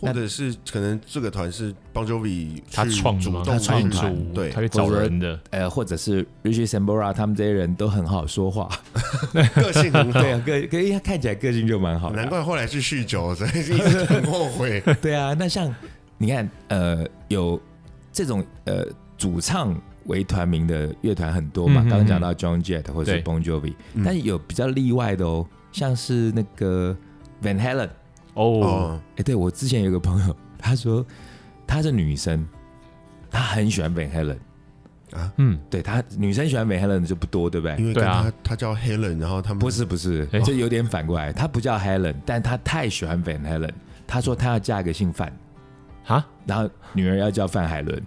A: 或者是可能这个团是 Bon Jovi 去
C: 他创的
A: 主
C: 嘛，
A: 动
B: 创
A: 去
B: 的
A: 组
C: 出，
A: 对
C: 他，去找
B: 或者
C: 人的，
B: 呃，或者是 Richie Sambora 他们这些人都很好说 话，
A: 个性很好，
B: 对啊，个可以看起来个性就蛮好的啊，
A: 难怪后来去酗酒，所以 一直很后悔。
B: 对啊，那像你看，呃，有这种呃主唱为团名的乐团很多嘛，
C: 嗯嗯
B: 刚刚讲
C: 嗯
B: 到 John Jett 或者是
C: 对
B: Bon Jovi，
A: 嗯
B: 但有比较例外的哦，像是那个 Van Halen。
C: 哦，
A: 哦，
B: 哎、对我之前有个朋友，她说她是女生，她很喜欢 Van Halen，
C: 嗯，
B: 对她女生喜欢 Van Halen 的就不多，对不对
A: 啊因？为
C: 对
A: 跟
C: 啊
A: 他他叫 Helen，然后他们
B: 不是不是
C: 哎，
B: 就有点反过来，她不叫 Helen，但她太喜欢 Van Halen，她说她要嫁一个姓范，
C: 哈，
B: 然后女儿要叫范海伦。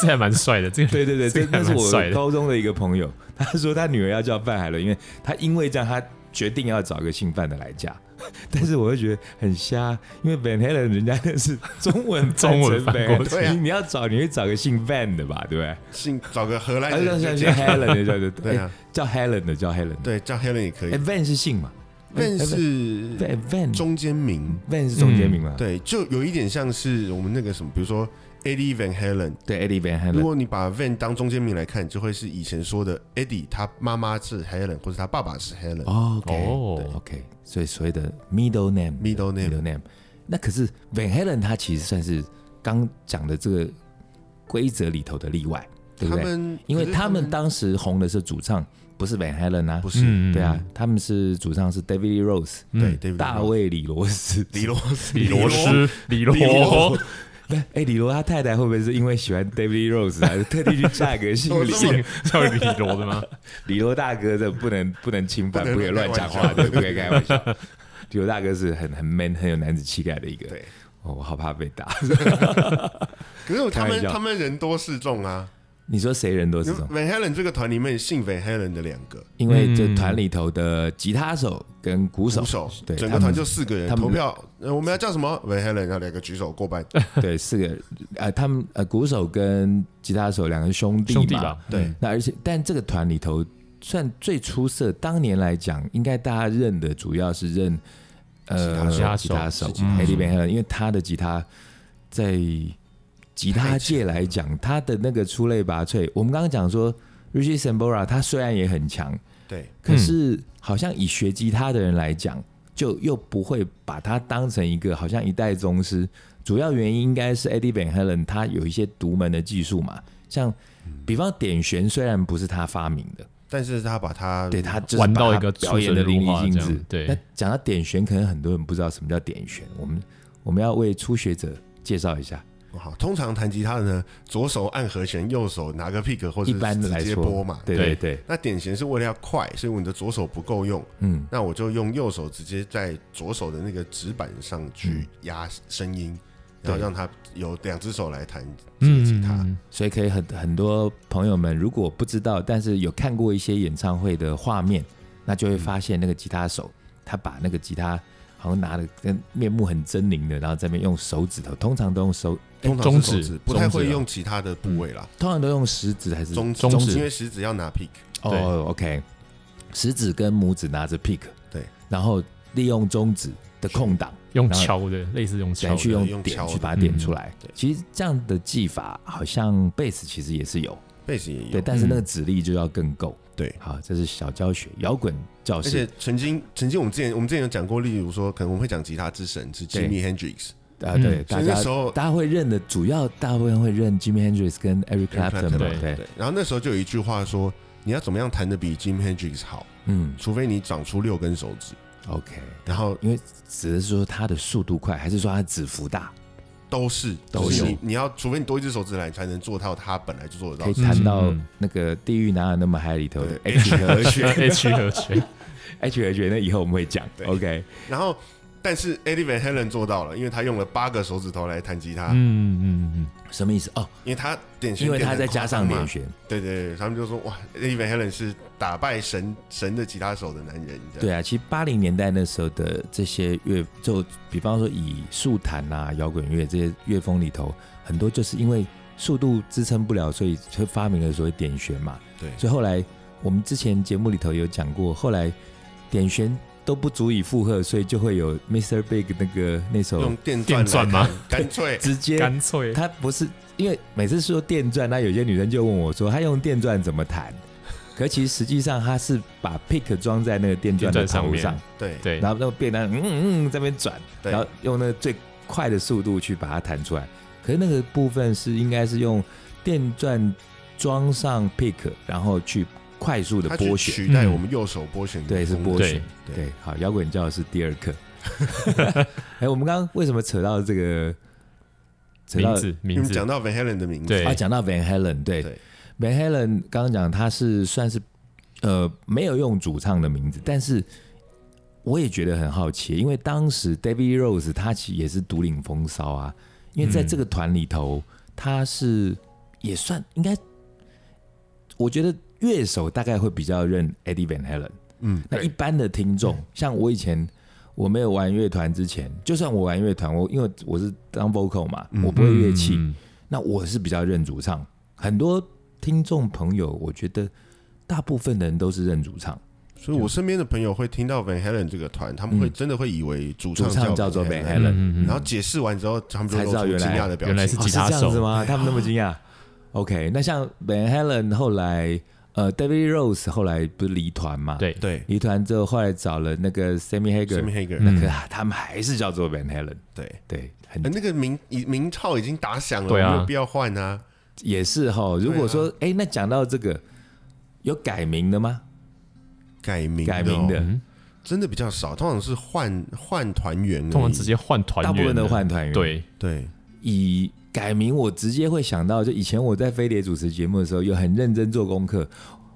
C: 这还蛮帅的，这 个
B: 对对对，这
C: 这
B: 那
C: 个
B: 是
C: 还蛮
B: 我
C: 帅的，
B: 高中的一个朋友，他说他女儿要叫范海伦，因为他因为这样，他决定要找一个性贩的来嫁， 但是我会觉得很瞎，因为 Van Halen 人家那是中文翻
C: 中文
B: 成
C: 翻
B: Van
C: 过
B: Halen
A: 对啊
B: 你你要找你会找个姓 Van 的吧，对不对？
A: 姓找个荷兰
B: 呃还是
A: 人
B: 像
A: 就
B: 像
A: 这
B: 像
A: 样，
B: Helen 的叫对
A: 哎对啊，
B: 叫 Helen 的叫 Helen 的，
A: 对，叫 Helen 也可以
B: 哎。Van 是姓嘛
A: Van
B: 对
A: 是
B: Van
A: 中嗯间名，
B: Van 是中间名嘛？
A: 对，就有一点像是我们那个什么，比如说 Eddie Van Halen。
B: 对 Eddie Van
A: 如
B: Halen，
A: 果你把 Van 当中间名来看，就会是以前说的 Eddie，他妈妈是 Helen，或者他爸爸是 Helen。
B: 哦
C: 哦
B: OK，所以所谓的 middle name
A: Middle name
B: middle name，那可是 Van Halen 他其实算是刚讲的这个规则里头的例外，对不
A: 他
B: 对？
A: 们
B: 因为
A: 可是
B: 他们当时红的是主唱，不是 Van Halen 啊
A: 不，是
B: 对啊，，他们是主唱是 David Lee Rose，
A: 对，David
B: 嗯大
A: Lee Roth
B: 卫李罗斯，
A: 李罗斯
C: 李罗斯，李
A: 李
C: 罗
A: 罗，
B: 那哎、李罗他太太会不会是因为喜欢 David Lee Rose 啊， 特地去嫁给姓李
A: 哦我这
B: 的？
C: 叫李罗的吗？
B: 李罗大哥这不能不能侵犯，
A: 不
B: 不
A: 能
B: 可以乱讲话，
A: 开玩笑
B: 对，不可以开玩笑。李罗大哥是很很 man 很有男子气概的一个，
A: 对，
B: 哦，我好怕被打。
A: 可是他
B: 开玩
A: 们
B: 笑
A: 他们人多势众啊。
B: 你说谁人多
A: 你
B: 这
A: 们
B: 种？
A: Van Halen 这个团里面姓 Van Halen 的两个
B: 因为这
C: 嗯
B: 团里头的吉他手跟鼓手，
A: 鼓手，
B: 啊对
A: 整
B: 他
A: 个团
B: 们
A: 就四个人
B: 他们
A: 投票，呃我们要叫什么 Van Halen，然后两个举手过 半，
B: 对，四个人呃，他们呃，鼓手跟吉他手两个兄弟嘛，嗯
C: 兄弟吧，
A: 对，
B: 那而且，但这个团里头算最出色，当年来讲，应该大家认的主要是认呃
C: 吉
B: 吉他
C: 他手
B: 手
C: 吉他手嗯
B: Eddie Van Halen，因为他的吉他在吉他界来讲，他的那个出类拔萃。我们刚刚讲说，Richie Sambora 他虽然也很强，
A: 对，
B: 可是好像以学吉他的人来讲，就又不会把他当成一个好像一代宗师。主要原因应该是 Eddie Van Halen 他有一些独门的技术嘛，像
C: 嗯
B: 比方点弦虽然不是他发明的，
A: 但是他把他
B: 对他就是
C: 玩到
B: 把
C: 一
B: 它
C: 个
B: 表演的淋漓尽
C: 出神入化这
B: 致
C: 样。对
B: 那讲到点弦，可能很多人不知道什么叫点弦，我们我们要为初学者介绍一下。
A: 好，通常弹吉他的呢，左手按和弦，右手拿个 pick 或者
B: 一般的来
A: 直接
B: 说
A: 拨嘛。
B: 对对
C: 对
B: 对，
A: 那点弦是为了要快，所以我你的左手不够用，
B: 嗯，
A: 那我就用右手直接在左手的那个指板上
B: 嗯
A: 去压声音，然后让它有两只手来弹这个吉他。
C: 嗯，
B: 所以可以很很多朋友们如果不知道，但是有看过一些演唱会的画面，那就会发现那个吉他手他把那个吉他好像拿了跟面目很狰狞的，然后在那边用手指头，通常都用手，哎
A: 通常是
C: 中
A: 手
C: 指
A: 指，不太
C: 中指
A: 会
C: 啊
A: 用其他的部位啦，
B: 通常都用食嗯指还是
A: 中
C: 中指
A: 因为食指要拿 pick，
C: 对
B: 哦，OK，食指跟拇指拿着 pick，
A: 对，
B: 然后利用中指的空档。
C: 用
B: 然后
C: 敲的，类似用敲
B: 想
C: 的，
B: 去
A: 的
B: 用
A: 用
B: 点
A: 敲
B: 去
A: 的
B: 把它点
C: 嗯
B: 出来
A: 对。
B: 其实这样的技法，好像贝斯其实也是有，
A: 贝斯也
B: 对，
A: 有。嗯
B: 但是那个指力就要更够。
A: 对
B: 好，这是小教学，摇滚教
A: 而且
B: 室，
A: 曾经，曾经我们之前我们之前有讲过，例如说，可能我们会讲吉他之神是
B: 对
A: Jimmy Hendrix，
B: 啊，
C: 嗯
B: 对，
A: 所
B: 大
A: 以
B: 家
A: 那时候
B: 大家会认的，主要大部分会认 Jimi Hendrix 跟 Eric
A: Eric
B: Clapton 嘛，
A: Clapton，
C: 对
B: 对，
A: 对，然后那时候就有一句话说，你要怎么样弹的比 Jimmy Hendrix 好，
B: 嗯
A: 除非你长出六根手指，
B: ，OK，
A: 然后
B: 只是说它的速度快，还是说它的指幅大，
A: 都是
B: 都
A: 就是
B: 有
A: 你你要除非你多一只手指来，你才能做到他本来就做得
B: 可
A: 到
B: 以
A: 的事。
B: 谈到
C: 嗯
B: 那个地狱哪有那么嗨里头的
A: 对
B: H 和
C: H E 和弦，
B: H 和弦，那以后我们会讲
A: 对
B: ，OK，
A: 然后，但是 Eddie Van Halen 做到了，因为他用了八个手指头来弹吉他，
C: 嗯嗯嗯，
B: 什么意思？哦，
A: 因为他点弦
B: 因为
A: 点
B: 它
A: 得
B: 再加上
A: 夸张
B: 连
A: 嘛。
B: 弦。
A: 对对对，他们就说哇，Eddie Van Halen 是打败神神的吉他手的男人。这样
B: 对啊，其实八零年代那时候的这些乐，就比方说以速弹啊、摇滚乐这些乐风里头，很多就是因为速度支撑不了，所以就发明了所谓点旋嘛。
A: 对
B: 所以后来我们之前节目里头有讲过，后来点旋都不足以负荷，所以就会有 Mr. Big 那个那首
A: 用电
C: 电钻
A: 钻来
C: 吗
A: 弹？干 脆
B: 直接，
C: 干脆，
B: 他不是因为每次说电钻，那有些女生就问我说，她用电钻怎么弹？可其实实际上，她是把 pick 装在那个电钻的
C: 电钻上
B: 头
C: 面
B: 上，
A: 对
C: 对，
B: 然后那个便当嗯嗯嗯在那边转，
A: 对
B: 然后用那个最快的速度去把它弹出来。可是那个部分是应该是用电钻装上 pick，然后去快速的
A: 他去
B: 拨弦。嗯
A: 取代我们右手拨弦的
B: 对是
A: 功能
B: 拨弦
A: 对
B: 对，好，摇滚教室第二课。哎，我们刚刚为什么扯到这个？扯到
C: 名字
A: 因为
C: 名
A: 我们讲
C: 字，
A: 到 Van Halen 的名字，
C: 对
B: 啊，讲到 Van Halen，对
A: 对
B: Van Halen 刚刚讲他是算是呃没有用主唱的名字，但是我也觉得很好奇，因为当时 David Rose 他其实也是独领风骚啊，因为在
C: 嗯
B: 这个团里头，他是也算应该，我觉得乐手大概会比较认 Eddie Van Halen，
A: 嗯，
B: 那一般的听众，
C: 嗯
B: 像我以前我没有玩乐团之前，就算我玩乐团，我因为我是当 vocal 嘛，我不会乐器，
C: 嗯
B: 那我是比较认主唱。很多听众朋友，我觉得大部分的人都是认主唱，
A: 所以我身边的朋友会听到 Van Halen 这个团，他们会
B: 嗯
A: 真的会以为主
B: 主唱叫
A: 叫
B: 做
A: Van
B: Van
A: Halen，
B: Halen，、
C: 嗯嗯嗯
A: 然后解释完之后，他们就
B: 才知
A: 露
B: 道
A: 出
B: 原
A: 惊
B: 来
A: 讶的表
C: 原来
A: 情
C: 是。吉他
B: 哦、是这
C: 手
B: 样子 吗？他们那么惊讶？OK，那像 Van Halen 后来呃，David Rose 后来不是离团嘛？，
C: 对，
A: 对
B: 离团之后后来找了那个 Sammy
A: ，Sammy
B: Hagar，
A: Hagar，、
B: 那个、啊、他们还是叫做 Van Halen，
A: 对，
B: 对，很
A: 呃那个名已名号已经打响了，
C: 对啊
A: 没有必要换啊。
B: 也是哈。如果说哎、那讲到这个，有改名的吗？
A: 改名
B: 改名的
A: 哦
C: 嗯，
A: 真的比较少，通常是换换团员而已，
C: 通常直接换团
B: 大
C: 员，
B: 部分都换团员。，
C: 对，
A: 对
B: 以改名，我直接会想到，就以前我在飞碟主持节目的时候，有很认真做功课。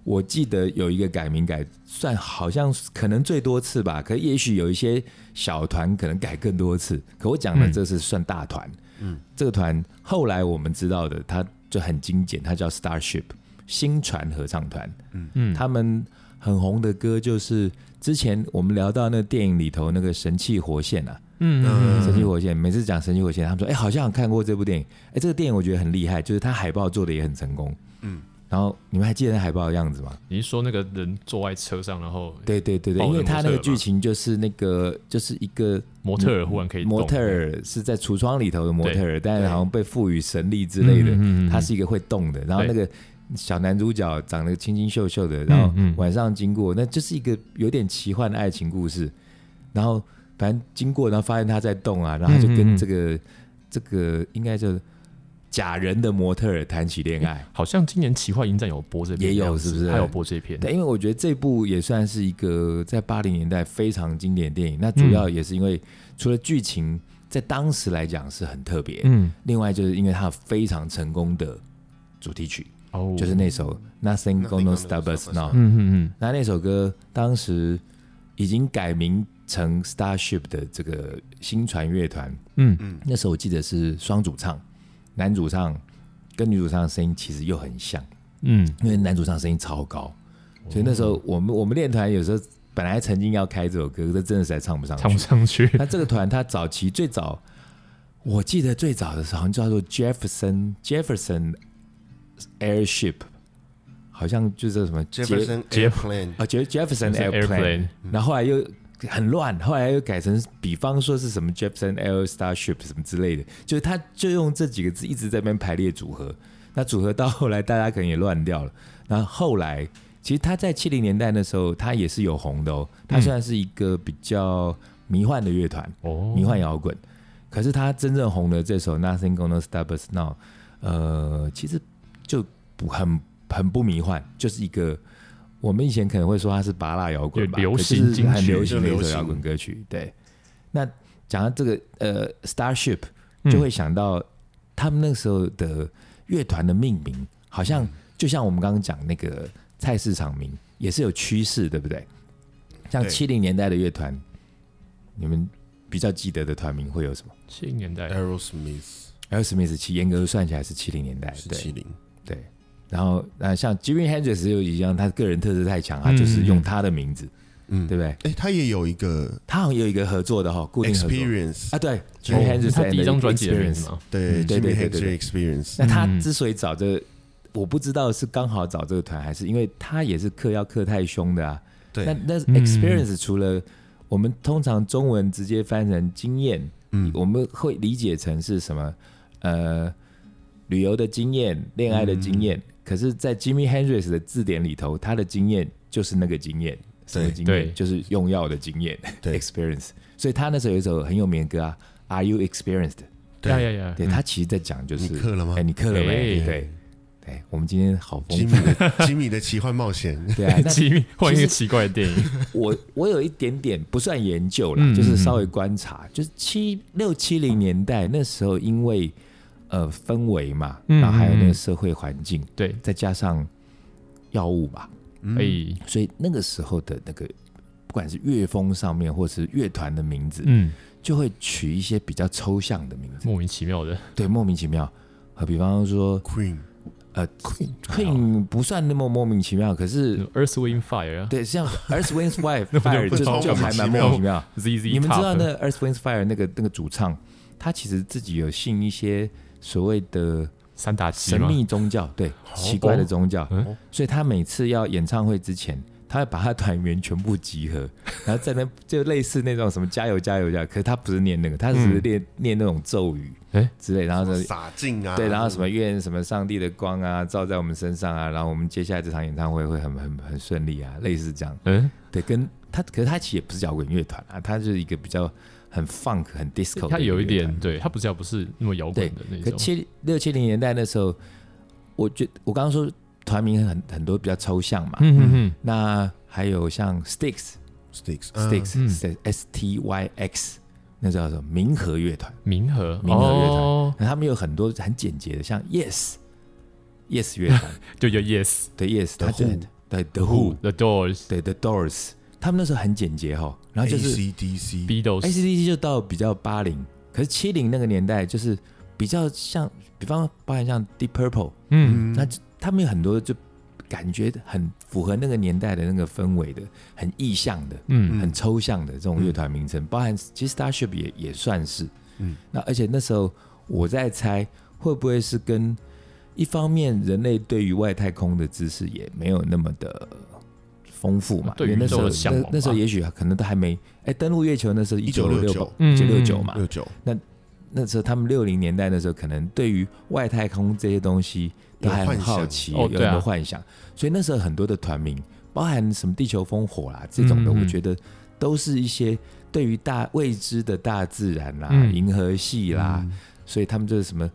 B: 我记得有一个改名改算好像可能最多次吧，可也许有一些小团可能改更多次。可我讲的
C: 嗯
B: 这是算大团，嗯，这个团后来我们知道的，它就很精简，它叫 Starship 新船合唱团。
C: 嗯，
B: 他们很红的歌就是之前我们聊到那电影里头那个《神气活现》啊，
C: 嗯嗯
B: 神奇火线，每次讲神奇火线，他们说，哎、好像有看过这部电影，哎、这个电影我觉得很厉害，就是它海报做的也很成功，嗯
A: 嗯，
B: 然后你们还记得那海报的样子吗？
C: 你是说那个人坐在车上，然后
B: 对对对对，
C: 抱着
B: 因为它那
C: 模特
B: 个
C: 儿吧
B: 剧情就是那个就是一个
C: 模特儿忽然可以动
B: 模特儿是在橱窗里头的模特儿，但是好像被赋予神力之类的，
C: 嗯嗯嗯嗯
B: 他是一个会动的，然后那个小男主角长得清清秀秀的，然后
C: 嗯
B: 晚上经过，那就是一个有点奇幻的爱情故事，然后反正经过，然后发现他在动啊，然后他就
C: 嗯嗯
B: 跟
C: 嗯
B: 这个这个应该叫假人的模特儿谈起恋爱。
C: 好像今年奇幻影展有播这片
B: 也有
C: 的样子，
B: 是不是
C: 还有播这片，
B: 对，因为我觉得这部也算是一个在八零年代非常经典的电影。
C: 嗯
B: 那主要也是因为除了剧情在当时来讲是很特别，
C: 嗯，
B: 另外就是因为它非常成功的主题曲，
C: 哦，
B: 就是，那首
A: Nothing
B: Nothing Gonna
A: Gonna
B: Stop Us
A: Stop Us
B: Now。
C: 嗯嗯
B: 那那首歌当时已经改名成 Starship 的这个新船乐团，
C: 嗯嗯，
B: 那时候我记得是双主唱，男主唱跟女主唱的声音其实又很像。
C: 嗯，
B: 因为男主唱声音超高，所以那时候我们我们练团有时候本来曾经要开这首歌，但真的实在唱不上去。
C: 唱不 上去，
B: 那这个团他早期最早，我记得最早的时候好像叫做 Jefferson Jefferson Airship，好像就是什么杰
A: ，Jefferson
C: Jeff-
A: Airplane，
B: 啊，杰 Jefferson
C: 是
B: Airplane，
C: airplane，
B: 然后后来又很乱，后来又改成，比方说是什么 Jefferson Air Starship 什么之类的，就是他就用这几个字一直在那边排列组合，那组合到后来大家可能也乱掉了。然后后来，其实他在七零年代的时候，他也是有红的哦，他虽然是一个比较迷幻的乐团，
C: 哦，
B: 迷幻摇滚。可是他真正红的这首《Nothing Gonna Stop Us Now》，呃，其实就不很很不迷幻，就是一个我们以前可能会说它是拔蜡摇滚吧，
C: 对流
B: 可是
C: 行金曲
B: 很流行的一
A: 就流
B: 首
A: 行
B: 摇滚歌曲。对，那讲到这个呃，Starship
C: 嗯
B: 就会想到他们那时候的乐团的命名，好
C: 嗯
B: 像就像我们刚刚讲那个菜市场名，也是有趋势，对不对？像
A: 对
B: 七零年代的乐团，你们比较记得的团名会有什么
C: 七零年 代，
B: 呃
C: 哦
A: Aerosmith
B: ？L. Smith 其实严格算起来是七零年代，
A: 是七
B: 对
A: 零，
B: 对。然后那像 Jimmy Hendrix 又一样，他个人特质太强，他啊
C: 嗯
B: 就是
C: 嗯
B: 用
C: 嗯
B: 他的名字，
A: 嗯，
B: 对不对？
A: 哎，他也有一个
B: 他好像有一个合作的哈、固定合作
A: Experience，
B: 啊，对，Jimmy
C: 哦
B: Hendrix
C: 是他第一张
B: and
C: 专辑的名字
B: Experience
C: 嘛，
A: 对
B: 嗯对对
A: ，Jimmy
B: 对对对
A: Hendrix Experience，
B: 那他
C: 嗯
B: 之所以找这个我不知道是刚好找这个团，还是因为他也是课要课太凶的啊。那
A: 对，
B: 那
C: 嗯
B: experience 除了我们通常中文直接翻成经验，
A: 嗯，
B: 我们会理解成是什么？呃，旅游的经验、恋爱的经验。
A: 嗯
B: 可是，在 Jimmy Hendrix 的字典里头，他的经验就是那个经验，什么
A: 对
B: 经
C: 对
B: 验？就是用药的经验
A: 对
B: ，experience。所以他那时候有一首很有名的歌啊，Are you experienced？
C: 呀呀呀，
B: 对
C: 嗯
B: 他其实在讲就是，
A: 你刻了吗
B: 哎，你刻了没？
C: 哎
B: 对，对，我们今天好丰富，
A: Jimmy 的 Jimmy 的奇幻冒险，
B: 对啊，那
C: 奇妙换一
B: 其实
C: 个奇怪的电影，
B: 我我有一点点不算研究啦，
C: 嗯
B: 就是稍微观察，就是七六七零年代那时候，因为呃氛围嘛，
C: 嗯
B: 然后还有那个社会环境，
C: 对，
B: 再加上药物吧，
A: 嗯
C: 哎，
B: 所以那个时候的那个不管是乐风上面，或是乐团的名字，
C: 嗯，
B: 就会取一些比较抽象的名字，
C: 莫名其妙的，
B: 对，莫名其妙。呃，比方说，
A: ，Queen，
B: 呃
A: Queen
B: Queen 不算那么莫名其妙，可是
C: Earth Wind Fire 啊
B: 对， 像 Earth Wind Fire
C: 那不就
B: Fire
A: 不
B: 就
A: 超
B: 就还蛮
A: 莫
B: 莫
A: 名
B: 名
A: 其
B: 其妙。
C: ，ZZ，
B: 你们知
C: Top 啊
B: 道那 Earth Wind Fire 那个那个主唱，他其实自己有信一些所谓的
C: 三打七
B: 神
C: 吗？
B: 秘宗教，对，奇怪的宗教
C: 哦嗯，
B: 所以他每次要演唱会之前。他会把他团员全部集合，然后在那就类似那种什么加油加油加油，可是他不是念那个，他只是
C: 嗯
B: 念、念那种咒语
C: 诶
B: 之类，然后呢
A: 洒劲啊，
B: 对，然后什么愿什么上帝的光啊照在我们身上啊，然后我们接下来这场演唱会会很很很顺利啊，类似这样。
C: 嗯，
B: 对，跟他可是他其实也不是摇滚乐团啊，他就是一个比较很 funk 很 disco，
C: 它
B: 的
C: 有一
B: 乐团
C: 点，对，它不是不是那么摇滚的那
B: 可
C: 种，
B: 七六七零年代那时候，我觉我刚刚说团名很很多比较抽象嘛，
C: 嗯嗯嗯，
B: 那还有像 Sticks
A: sticks 嗯
C: 嗯
B: Sticks S T Y X，那叫什么民和乐团。
C: 民和，
B: 民和乐团
C: 哦，
B: 那他们有很多很简洁的，像 Yes Yes 乐团，
C: 就叫 Yes
B: 对 Yes，
A: The
B: 他就
A: Who
B: 对 The Who，哎
C: The Doors
B: 对 The Doors，他们那时候很简洁哈，然后就是
A: ACDC
C: Beatles，
B: ACDC 就到比较八零，可是七零那个年代就是比较像，比方包含像 Deep Purple，、
C: 嗯，
B: 那就他们有很多就感觉很符合那个年代的那个氛围的，很意象的。
C: 嗯
B: 很抽象的这种乐团名称，包含其实 Starship 也也算是，
A: 嗯
B: 嗯，那而且那时候我在猜，会不会是跟一方面人类对于外太空的知识也没有那么的丰富嘛，
C: 啊对
B: 因为那
C: 宇
B: 时
C: 宙
B: 候
C: 的向往
B: 那
C: 吧
B: 那时候也许可能都还没，哎、登陆月球那时候一九六
A: 1969
B: 九一九六九
C: 嗯
B: 嘛，
A: 六九，
B: 那时候他们六零年代的时候，可能对于外太空这些东西都还很好奇，
C: 有幻
B: 有很
C: 想哦对啊
B: 多幻想，所以那时候很多的团名，包含什么地球烽火啦这种的，
C: 嗯嗯
B: 我觉得都是一些对于大未知的大自然啦、
C: 嗯
B: 银河系啦，所以他们就是什么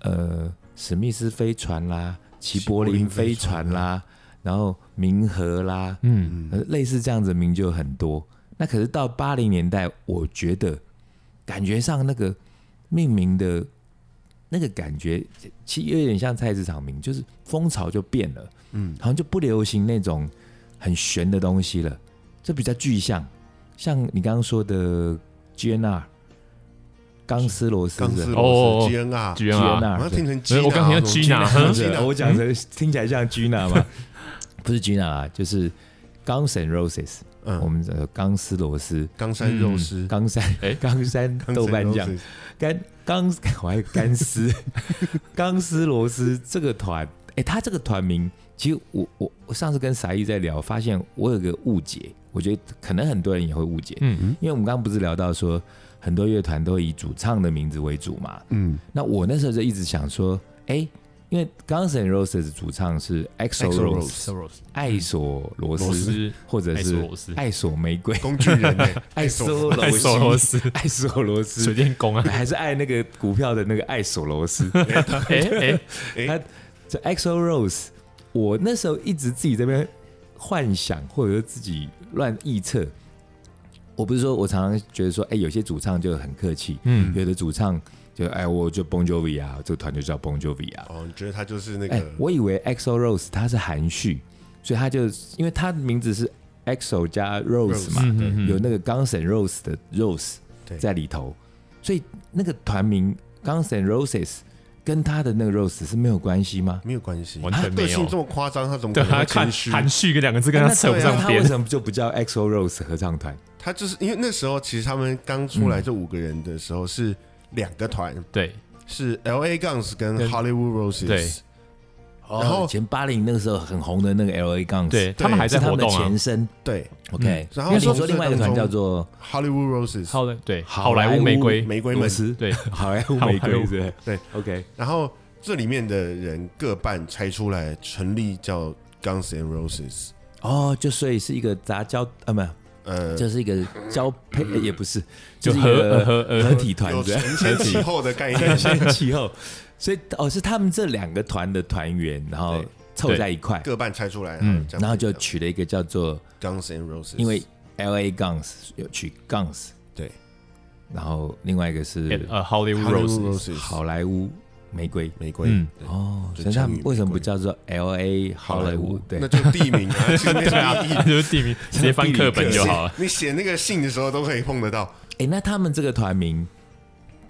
B: 呃史密斯飞船啦、齐柏林飞船啊啦，然后冥河啦，
C: 嗯，
A: 嗯，
B: 呃，类似这样子的名就有很多。那可是到八零年代，我觉得感觉上那个命名的那个感觉，其实有点像菜市场名，就是风潮就变了，
A: 嗯，
B: 好像就不流行那种很玄的东西了，这比较具象。像你刚刚说的 GNR 钢丝螺丝
A: 钢
B: 是
A: 丝
B: 不是
A: 螺
C: 哦
A: 丝 GN 啊，
C: 居然啊，
A: 我要
B: GNR
A: 听成
C: 没
A: G，
C: 有我刚听到 Gina，哼啊
B: 嗯对 我讲的听起来像 Gina 吗？不是 Gina 啊，就是 Guns and Roses。我
A: 嗯，
B: 们的钢丝螺丝、
A: 冈山肉丝，
B: 钢山
C: 哎、
B: 钢山
A: 冈山
B: 豆瓣酱
A: 肉、丝
B: 干钢， 我还有 干丝、钢丝螺丝这个团，哎、他这个团名，其实我我我上次跟傻义在聊，发现我有个误解，我觉得可能很多人也会误解，
C: 嗯
B: 因为我们刚刚不是聊到说很多乐团都以主唱的名字为主嘛，
A: 嗯
B: 那我那时候就一直想说，哎、因为 Guns N' Roses 主唱是 EXO
A: EXO
B: Rose，
A: Rose
C: ，Soros
B: 艾索罗
A: 罗
B: 斯，
C: 斯，
B: 或者
C: 艾索
B: 是
C: 罗斯，
B: 艾索玫瑰。
A: 工具 人欸，
B: 爱索
C: 艾索罗
B: 罗斯，
C: 斯，
B: 爱索罗
C: 水
B: 斯，
C: 电工啊，
B: 还是爱那个股票的那个爱索罗斯，
C: 哎哎，
B: 这 EXO Rose。我那时候一直自己这边幻想，或者是自己乱臆测。我不是说我常常觉得说，哎、有些主唱就很客气，
C: 嗯，
B: 有的主唱就哎，我就 Bon Jovi 啊，这个团就叫 Bon Jovi 啊。
A: 哦，你觉得他就是那
B: 哎、
A: 个
B: 我以为 EXO Rose 它是含蓄，所以他就因为他的名字是 EXO 加 Rose 嘛，
C: 嗯嗯嗯
B: 有那个 Guns N' Rose 的 Rose
A: 对
B: 在里头，所以那个团名 Guns N' Roses 跟他的那个 Rose 是没有关系吗？
A: 没有关系，啊
C: 完
A: 他
C: 全没有
A: 个性这么夸张，他怎么可
C: 对
A: 能
C: 他
A: 会
C: 看
A: 谦虚？
C: 含蓄个两个字跟他
B: 那
C: 扯不
B: 对啊
C: 上
B: 他为
C: 边，
B: 什么就不叫 EXO Rose 合唱团？
A: 他就是因为那时候其实他们刚出
B: 嗯
A: 来这五个人的时候是两个团，
C: 对，
A: 是 L A Guns 跟
C: 跟
A: Hollywood Roses，
C: 对
A: 然后
B: 以前八零那个时候很红的那个 L A Guns，
C: 哦对嗯他们还
B: 是
C: 在
B: 他
C: 活
B: 们的
C: 动啊
B: 前身。
A: 对
B: OK，
A: 然
B: 因
A: 后
B: 为你
A: 从
B: 说
A: 这
B: 另外一个
A: 当
B: 团
A: 中
B: 叫做
A: Hollywood Roses，
C: 好的，对，好莱坞玫瑰，
A: 玫瑰
B: 罗
A: 门，
B: 斯，
C: 对，
B: 好莱坞
C: 好
B: 玫
C: 莱
B: 瑰
C: 坞
B: 是不是
A: 对
B: ，OK，
A: 然后这里面的人各半拆出来成立叫 Guns N' Roses，
B: 哦，就所以是一个杂交啊，没有，
A: 呃，嗯
B: 就是一个交配，呃也不是，
C: 就是
B: 一
C: 合
B: 个
C: 合
B: 合
C: 呃，
B: 体团
A: 有
B: 对，
A: 承先启后的概念
B: 先其后，所以哦是他们这两个团的团员，然后
A: 对
B: 凑在一块，
A: 各半拆出来，
C: 嗯
A: 这样
B: 然后就
A: 子
B: 取了一个叫做，
A: 叫 Guns N' Roses，
B: 因为 L A Guns 有取 Guns，
A: 对
B: 然后另外一个是
C: 呃，Hollywood
A: Hollywood
C: Roses，
A: Roses
B: 好莱坞玫瑰。
A: 玫瑰。
C: 嗯，
B: 哦，
A: 就
B: 所以他
A: 成语
B: 们
A: 玫瑰
B: 为什么不叫做 L A 好莱坞？对
A: 那，就地名啊，其实没什
C: 对
A: 么
C: 啊
A: 意义。，
C: 就是地名，直接翻课本就好了，
A: 你写那个信的时候都可以碰得到。
B: 哎，那他们这个团名，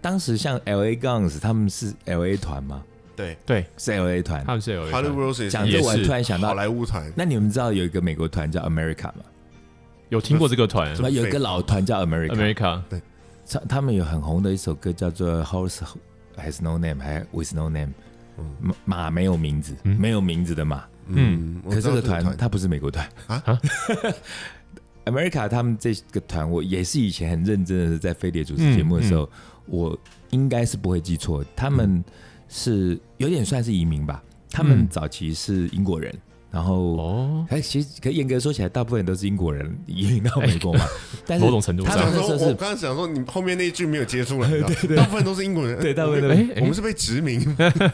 B: 当时像 L A Guns，他们是 L A 团吗？
A: 对
C: 对，
B: CLA 团
C: 他。们是有一
A: ，Hollywood
C: 团
A: Roses
B: 讲
C: 也
B: 这
A: 也
C: 是
B: 我突然想
A: 好
B: 到，
A: 莱坞团，
B: 那你们知道有一个美国团叫 America 吗？
C: 有听过这个团
A: 怎么
B: 那有一个老团叫 America，
C: America
B: 他他们有很红的一首歌叫做 Horse Has No Name，还 With No Name，
A: 嗯
B: 马马没有名字，
C: 嗯
B: 没有名字的马。
A: 嗯，我
B: 可是
A: 知
B: 这
A: 道
B: 个
A: 这个
B: 团它不是美国团
A: 啊
B: 啊，America 他们这个团，我也是以前很认真的是在飞碟主持节目的时候，我应该是不会记错，他们是有点算是移民吧，他们
C: 嗯
B: 早期是英国人，然后。
C: 哦，
B: 哎，其实可严格说起来，大部分都是英国人移民到美国嘛。但是
C: 某种程度
A: 我
B: 他
C: 上
B: 们
A: 想
B: 那
A: 说，
B: 时候
A: 我
B: 是
A: 刚刚想说，你后面那一句没有接出来，你知道大部分都是英国人，
B: 对大部分
A: 我
B: 都
A: 们
C: 是
A: 我们是被殖民，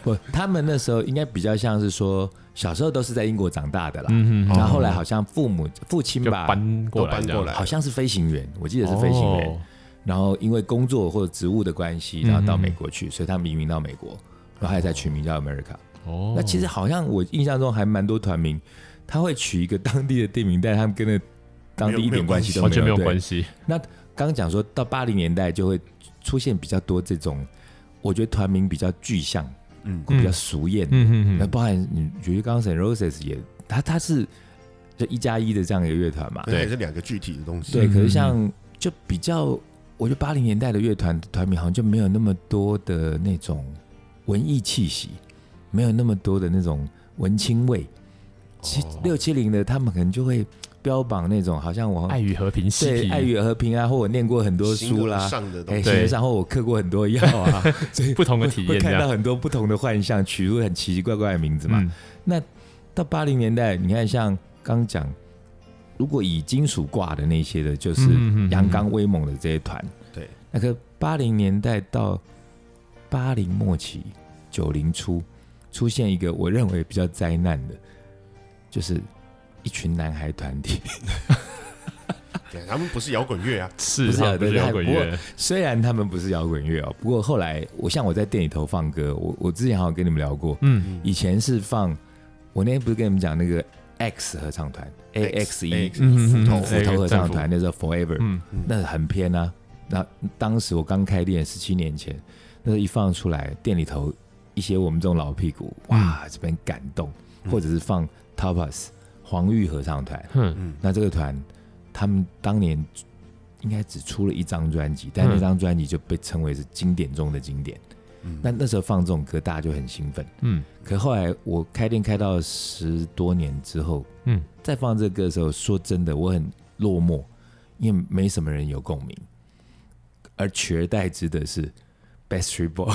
B: 不，他们那时候应该比较像是说，小时候都是在英国长大的啦。
C: 嗯
B: 然后后来好像父母父亲
C: 就
B: 吧，
C: 搬过来
A: 都搬
C: 这
A: 过
C: 样，
A: 来了
B: 好像是飞行员，我记得是飞行员。
C: 哦嗯
B: 然后因为工作或者职务的关系，然后到美国去，所以他们移民到美国，然后还在取名叫 America。
C: 哦，
B: 那其实好像我印象中还蛮多团名，他会取一个当地的地名，但他们跟那当地一点关系都
C: 完全没有
B: 对
C: 关系，
B: 刚刚讲说到八零年代就会出现比较多这种，我觉得团名比较具象，
A: 嗯
B: 会比较俗艳，
C: 嗯嗯
B: 那、
C: 嗯，
B: 包含你觉得刚刚 Roses 也，他他是就一加一的这样一个乐团嘛，
A: 那也是两个具体的东西。
B: 对，
C: 嗯
B: 可是像就比较，我觉得八零年代的乐团团名好像就没有那么多的那种文艺气息，没有那么多的那种文青味。七
C: 哦
B: 六七零的他们可能就会标榜那种好像我
C: 爱与和平，嬉
B: 对
C: 皮，
B: 爱与和平啊，或我念过很多书啦
A: 形而，上的东
B: 哎，
A: 西，
B: 新闻
C: 对
B: 上或我嗑过很多药啊，所以
C: 不同 的体
B: 会
C: 验这
B: 看到
C: 样，
B: 很多不同的幻象，取出很奇奇怪怪的名字嘛。
C: 嗯
B: 到八零年代，你看像刚讲，如果以金属挂的那些的，就是
C: 嗯嗯嗯嗯嗯
B: 阳刚威猛的这些团，
A: 对，
B: 那个八零年代到八零末期、九零初，出现一个我认为比较灾难的，就是一群男孩团体。
A: 对他们不是摇滚乐啊，
C: 是
B: 不是
C: 他
B: 啊
C: 们不是
B: 对
C: 摇滚
B: 还不
C: 乐，
B: 虽然他们不是摇滚乐哦，不过后来我像我在店里头放歌，我我之前好像跟你们聊过，
C: 嗯
B: 以前是放我那天不是跟你们讲那个 X 合唱团 A X E
A: AXE
C: 嗯
A: 斧头
C: 嗯嗯
B: 斧头合唱团，
C: 哎
B: 那时候 Forever，、
C: 嗯
B: 那很偏啊。那当时我刚开店，十七年前，那时候一放出来，店里头一些我们这种老屁股，哇，这边感动，或者是放 Tapas 黄玉合唱团，
C: 哼，
A: 嗯，
B: 那这个团他们当年应该只出了一张专辑，但那张专辑就被称为是经典中的经典。
A: 嗯
B: 那那时候放这种歌，大家就很兴奋。
C: 嗯
B: 可后来我开店开到十多年之后，
C: 嗯，
B: 再放这个歌的时候，说真的，我很落寞，因为没什么人有共鸣，而取而代之的是 Backstreet Boy。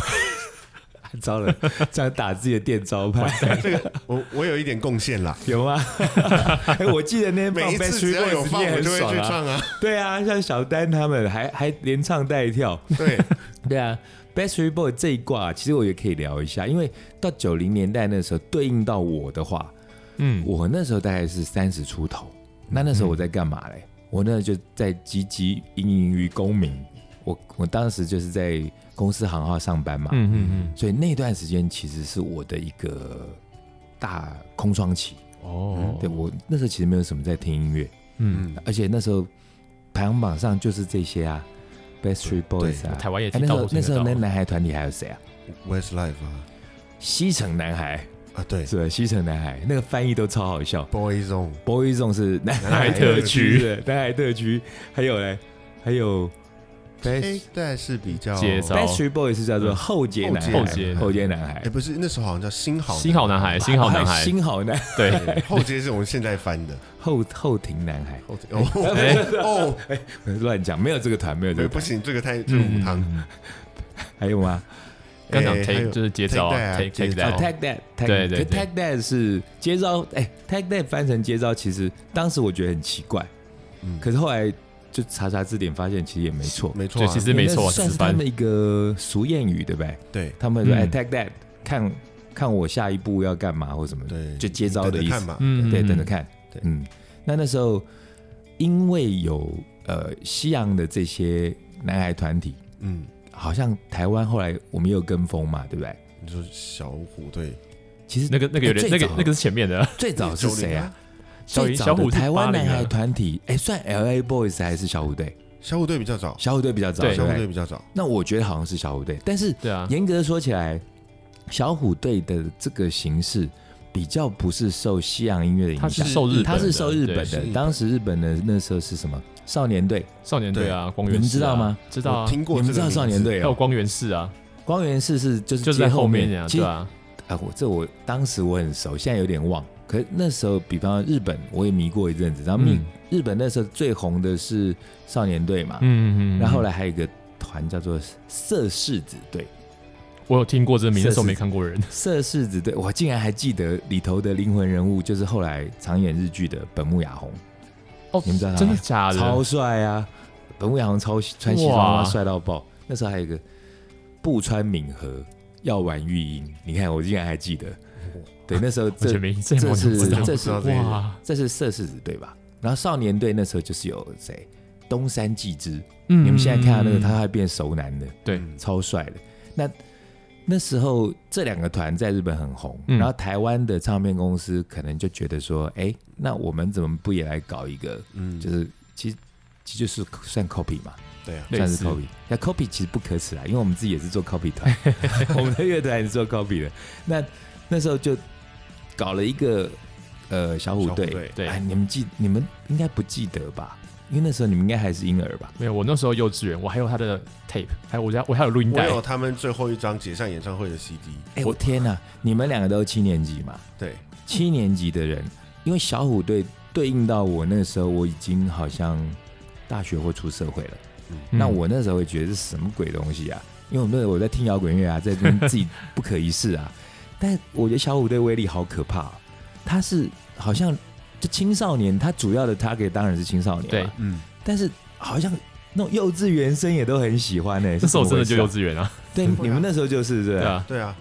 B: 糟了，这样打自己的店招 牌
A: 这个我我有一点贡献啦。
B: 有吗？哎我记得那天放
A: 每一次只
B: Backstreet
A: 要
B: Boy
A: 有放，我
B: 很
A: 就会
B: 爽
A: 去
B: 啊。
A: 唱 啊。
B: 对啊，像小丹他们还还连唱带跳。
A: 对，
B: 对啊，Backstreet Boy 这一挂，其实我也可以聊一下，因为到九零年代那时候对应到我的话，
C: 嗯，
B: 我那时候大概是三十出头，那那时候我在干嘛嘞？我那就在汲汲营营于功名，我我当时就是在公司行号上班嘛，
C: 嗯嗯嗯，
B: 所以那段时间其实是我的一个大空窗期。
C: 哦，
B: 嗯对我那时候其实没有什么在听音乐，
C: 嗯，
A: 嗯，
B: 而且那时候排行榜上就是这些啊
A: 对
B: ，Backstreet Boys 啊，
C: 台湾也
B: 哎
C: 听
B: 那时
C: 到
B: 候
C: 过，
B: 那时候那男孩团体还有谁啊？
A: Westlife 啊，
B: 西城男孩
A: 啊对
B: 是吧？西城男孩那个翻译都超好笑。
A: ，Boyzone，
B: Boy Zone 是南
A: 南海特
B: 是
C: 区
B: 不是南海特区，还有嘞，还有
A: 哎
B: Best，
A: 但是比较
C: 介绍
B: Best Boy 是叫做后街男孩，
C: 嗯后街
B: 后街男孩
A: 哎，，不是那时候好像叫新好
C: 新好男孩，新好男
B: 还有
C: 孩，
B: 嗯哎新哎好男
C: 对，
A: 对后街是我们现在翻 的。
B: 后后庭男孩，
A: 后街哦
C: 哎
A: 哦，
B: 乱讲，没有这个团，没有这
A: 对，
B: 个
A: 不
B: 团，
A: 行，这个太这个母
B: 嗯
A: 汤。
B: 还有吗？
C: 刚讲
A: 哎
C: take 就是接招啊
A: 还有
C: take- take
A: 接
B: 啊
A: 招
C: that
B: ，Tag Dad，
C: 对对对
B: Tag Dad 是接招，哎，Tag Dad 翻成接招，其实当时我觉得很奇怪，
A: 嗯
B: 可是后来就查查字典发现其实也没错，
A: 没错
C: 就
A: 啊，
C: 其实没错，
B: 那算
C: 死
B: 是他
C: 翻
B: 们一个俗谚语，对不对？
A: 对
B: 他们说
C: 嗯
B: a t a c that，看看我下一步要干嘛或什么，
A: 对，
B: 就接招的
A: 等
B: 意
A: 着看
B: 思。
A: 嘛。
C: 嗯，
B: 对，
C: 嗯
B: 等着，看
A: 对。
B: 嗯，那那时候因为有呃西洋的这些男孩团体，
A: 嗯，
B: 好像台湾后来我们也有跟风嘛，对不对？
A: 你说小虎队
B: 其实
C: 那个那个有点
B: 哎
C: 那
B: 最
C: 个
B: 早
C: 那个是前面的，
B: 最早是谁啊？？
C: 小
B: 最
C: 小
B: 早
C: 虎
B: 的
C: 是
B: 台湾
C: 80
B: 男孩
C: 的
B: 团体，哎，算 L A Boys 还是小虎队？
A: 小虎队比较早，
B: 小虎队比较早，
C: 对
B: 对
A: 小
B: 不
A: 虎队
B: 对？
A: 比较早。
B: 那我觉得好像是小虎队，但是
C: 对啊，
B: 严格说起来，小虎队的这个形式比较不是受西洋音乐的影
C: 它是
B: 响，
C: 受日本的
B: 它嗯是受日本
C: 对
A: 是日
B: 的。
A: 本
B: 当时日本的那时候是什么少年队？
C: 少年队啊，光
B: 你
C: 源
B: 们
C: 氏、啊，
B: 知道吗？
C: 知道
A: 我
C: 啊，
A: 听过这
B: 你们
A: 个
B: 知道
A: 名
B: 少年
A: 字，
B: 队
C: 还
B: 哦
C: 有？光源氏啊，
B: 光源氏是就是
C: 就是在
B: 接
C: 后
B: 面
C: 啊，
B: 其
C: 对
B: 实
C: 啊，
B: 啊，我这我当时我很熟，现在有点忘。可是那时候，比方日本，我也迷过一阵子。然后迷、
C: 嗯
B: 日本那时候最红的是少年队嘛，
C: 嗯嗯嗯。
B: 然后后来还有一个团叫做色柿子队，
C: 我有听过这个名，
B: 是
C: 那时候
B: 是
C: 没看过人，
B: 色柿子队，我竟然还记得里头的灵魂人物就是后来常演日剧的本木雅弘，
C: 哦
B: 你们知道他
C: 真
B: 吗
C: 的假的？
B: 超帅啊！本木雅弘超穿西装啊，
C: 哇
B: 帅到爆。那时候还有一个不川敏和、药丸玉英，你看我竟然还记得。对，那时候
C: 完
B: 这
C: 全没，这
B: 这
C: 完全
B: 是
C: 不知道。
B: 这
A: 不知
B: 是
A: 道这个
C: 哇，
B: 这是色柿子队吧？然后少年队那时候就是有谁，东山纪之，
C: 嗯
B: 你们现在看到那个，他
C: 嗯
B: 还变熟男的，
C: 对
A: 嗯
B: 超帅的。那那时候这两个团在日本很红，
C: 嗯
B: 然后台湾的唱片公司可能就觉得说，哎、那我们怎么不也来搞一个？
A: 嗯，
B: 就是其实其实就是算 copy 嘛，
A: 对啊，
C: 类
B: 算是
C: 似
B: copy。那 copy 其实不可耻啦，啊因为我们自己也是做 copy 团， 我们的乐团也是做 copy 的。那那时候就搞了一个呃小虎
A: 小
B: 队，
A: 队
C: 对
B: 哎，你们记你们应该不记得吧？因为那时候你们应该还是婴儿吧？
C: 没有，我那时候幼稚园，我还有他的 tape，还有我家我还有录音
A: 我
C: 带，
A: 有他们最后一张解散演唱会的 CD，
B: 哎、我天哪！你们两个都是七年级嘛？
A: 对，
B: 七年级的人，因为小虎队对应到我那时候，我已经好像大学或出社会了。
C: 嗯
B: 那我那时候会觉得是什么鬼东西啊？因为我那时候我在听摇滚乐啊，在这边自己不可一世啊。但我觉得小虎队威力好可怕、啊，他是好像就青少年，他主要的 target 当然是青少年嘛，
C: 对
A: 嗯，
B: 但是好像那种幼稚园生也都很喜欢呢、欸。
C: 这时候
B: 是怎么回
C: 真的
B: 事
C: 就
B: 啊
C: 幼稚园啊，
B: 对
A: 对啊
B: 你们那时候就是对
C: 对
B: 吧、
C: 啊，
A: 对啊，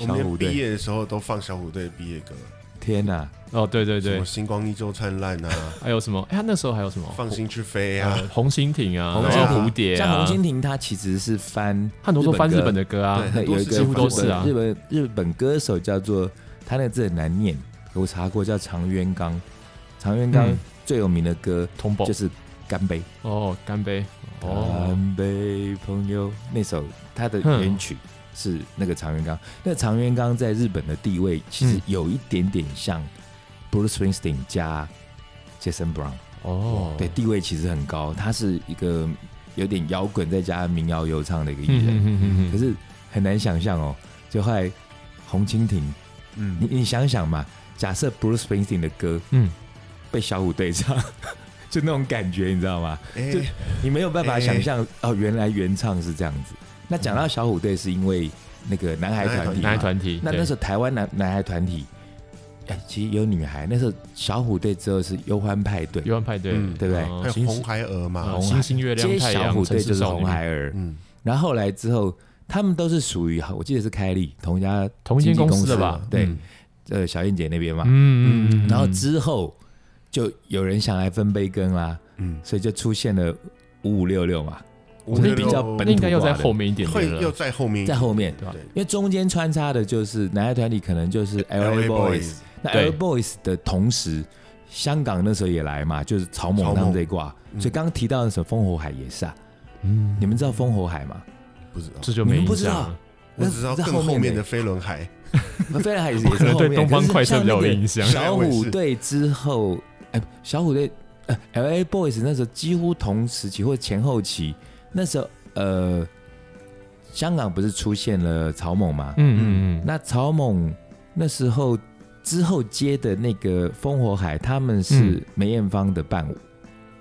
A: 我
B: 小
A: 们
B: 虎
A: 连毕
B: 队，
A: 业的时候都放小虎队毕业歌，
B: 天哪、
C: 哦对对
A: 什
C: 对
A: 么，星光依旧灿烂 啊，
C: 还有什么？哎，他那时候还有什么？
A: 放心去飞啊，
C: 呃红蜻蜓啊，
B: 红
C: 然后
A: 蜻蜓
C: 蝴蝶
B: 像
C: 啊
B: 红，蜻蜓，它其实是翻
C: 他很多时候翻日
B: 日
C: 本
B: 本
C: 的歌啊
A: 对，
B: 那
A: 很多
B: 有一
A: 是
B: 个
C: 几乎都是啊
B: 日本日本歌手叫做他那个字很难念，我查过叫长渊刚，长渊刚
C: 嗯
B: 最有名的歌
C: 通宝
B: 就是《干杯》，
C: 哦，干杯哦，
B: 干杯朋友那首他的
C: 哼
B: 原曲是那个长渊刚，那长渊刚在日本的地位其实
C: 嗯
B: 有一点点像 Bruce Springsteen 加 Jason Brown，
C: 哦，
B: 对，地位其实很高，他是一个有点摇滚再加民谣悠唱的一个艺
C: 嗯，嗯
B: 人。
C: 嗯嗯嗯
B: 可是很难想象哦，就后来红蜻蜓，你
A: 嗯，
B: 你想想嘛，假设 Bruce Springsteen 的歌
C: 嗯，
B: 被小虎队唱， 就那种感觉，你知道吗？
A: 哎
B: 就，你没有办法
A: 哎
B: 想象、哦，原来原唱是这样子。那讲到小虎队，是因为那个男孩团体嘛，
C: 男孩团体，
B: 那
C: 对
B: 那时候嗯台湾男男孩团体，哎，其实有女孩。那时候小虎队之后是忧欢派对，
C: 约翰派对，
A: 嗯
B: 对不对
C: 嗯
A: 还有
C: 星
A: 红孩儿嘛，
B: 哦
C: 呃
B: 红
C: 星星月亮
B: 接
C: 太
B: 小
C: 阳，
B: 虎
C: 城
B: 队
C: 市
B: 就是
C: 少女
B: 红孩儿，
A: 嗯，
B: 然后后来之后，他们都是属于我记得是凯莉同一家
C: 同一间
B: 经纪
C: 公司
B: 公
C: 的
B: 司
C: 吧？
B: 对
A: 嗯
B: 呃小燕姐那边嘛，
C: 嗯嗯嗯，
B: 然后
C: 嗯
B: 之后就有人想来分杯羹啦，
A: 嗯，
B: 所以就出现了五五六六嘛，
A: 我
B: 就是
A: 觉得
B: 比较
A: 我
B: 本
C: 那应该要
B: 土化
C: 在
B: 的
C: 后面一点
A: 会
C: 点
A: 又
C: 了，
A: 在后面一点，
B: 在后面，哦
C: 对吧
A: 对
B: 因为中间穿插的就是男孩团体，可能就是 L A Boys，那 L A
C: 对
B: Boys 的同时，香港那时候也来嘛，就是
A: 草
B: 草蜢他们
A: 蜢
B: 这一挂，
A: 嗯
B: 所以刚刚提到的什么烽火海也是啊，
C: 嗯，
B: 你们知道烽火海吗？
A: 不知道，
C: 这就没
B: 你们不
C: 印
B: 知
C: 象
B: 道
C: 了，
A: 我只知道
B: 在
A: 更
B: 后
A: 后
B: 面
A: 面
B: 的
A: 的飞轮海，
B: 飞来海也是
C: 我可能对东方快车比较有印象
B: 可是像那个小虎队之后，哎，小虎队呃，L A Boys 那时候几乎同时期或前后期，那时候呃，香港不是出现了草蜢吗？
C: 嗯嗯嗯，
B: 那草蜢那时候之后接的那个《烽火海》，他们是
C: 嗯
B: 梅艳芳的伴舞。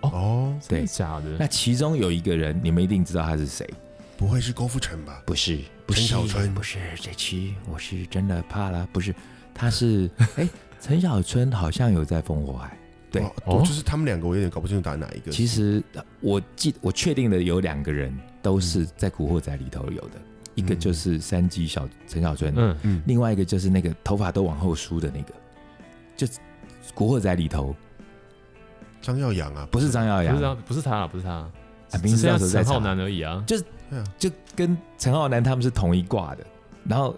A: 哦，
C: 真
B: 对
C: 的假的？
B: 那其中有一个人，你们一定知道他是谁？
A: 不会是郭富城吧？
B: 不是，不
A: 陈
B: 是
A: 小春
B: 不是这期，我是真的怕了，不是，他是哎，陈小春好像有在《烽火海》。对
A: 哦
C: 哦
A: 就是他们两个，我有点搞不清楚打哪一个。
B: 其实呃我记我确定的有两个人都是在《古惑仔》里头有的，一个就是山鸡小陈小春，
C: 嗯，
A: 嗯，
B: 另外一个就是那个头发都往后梳的那个，就是《古惑仔》里头
A: 张耀扬啊，
B: 不是张耀
C: 不是
B: 扬，
C: 他，不是他，不是他，
B: 啊
C: 只
B: 名字
C: 剩
B: 到
C: 下
B: 时候再
C: 陈
B: 查
C: 浩南而已啊。
A: 对啊，
B: 就跟陈浩南他们是同一挂的。然后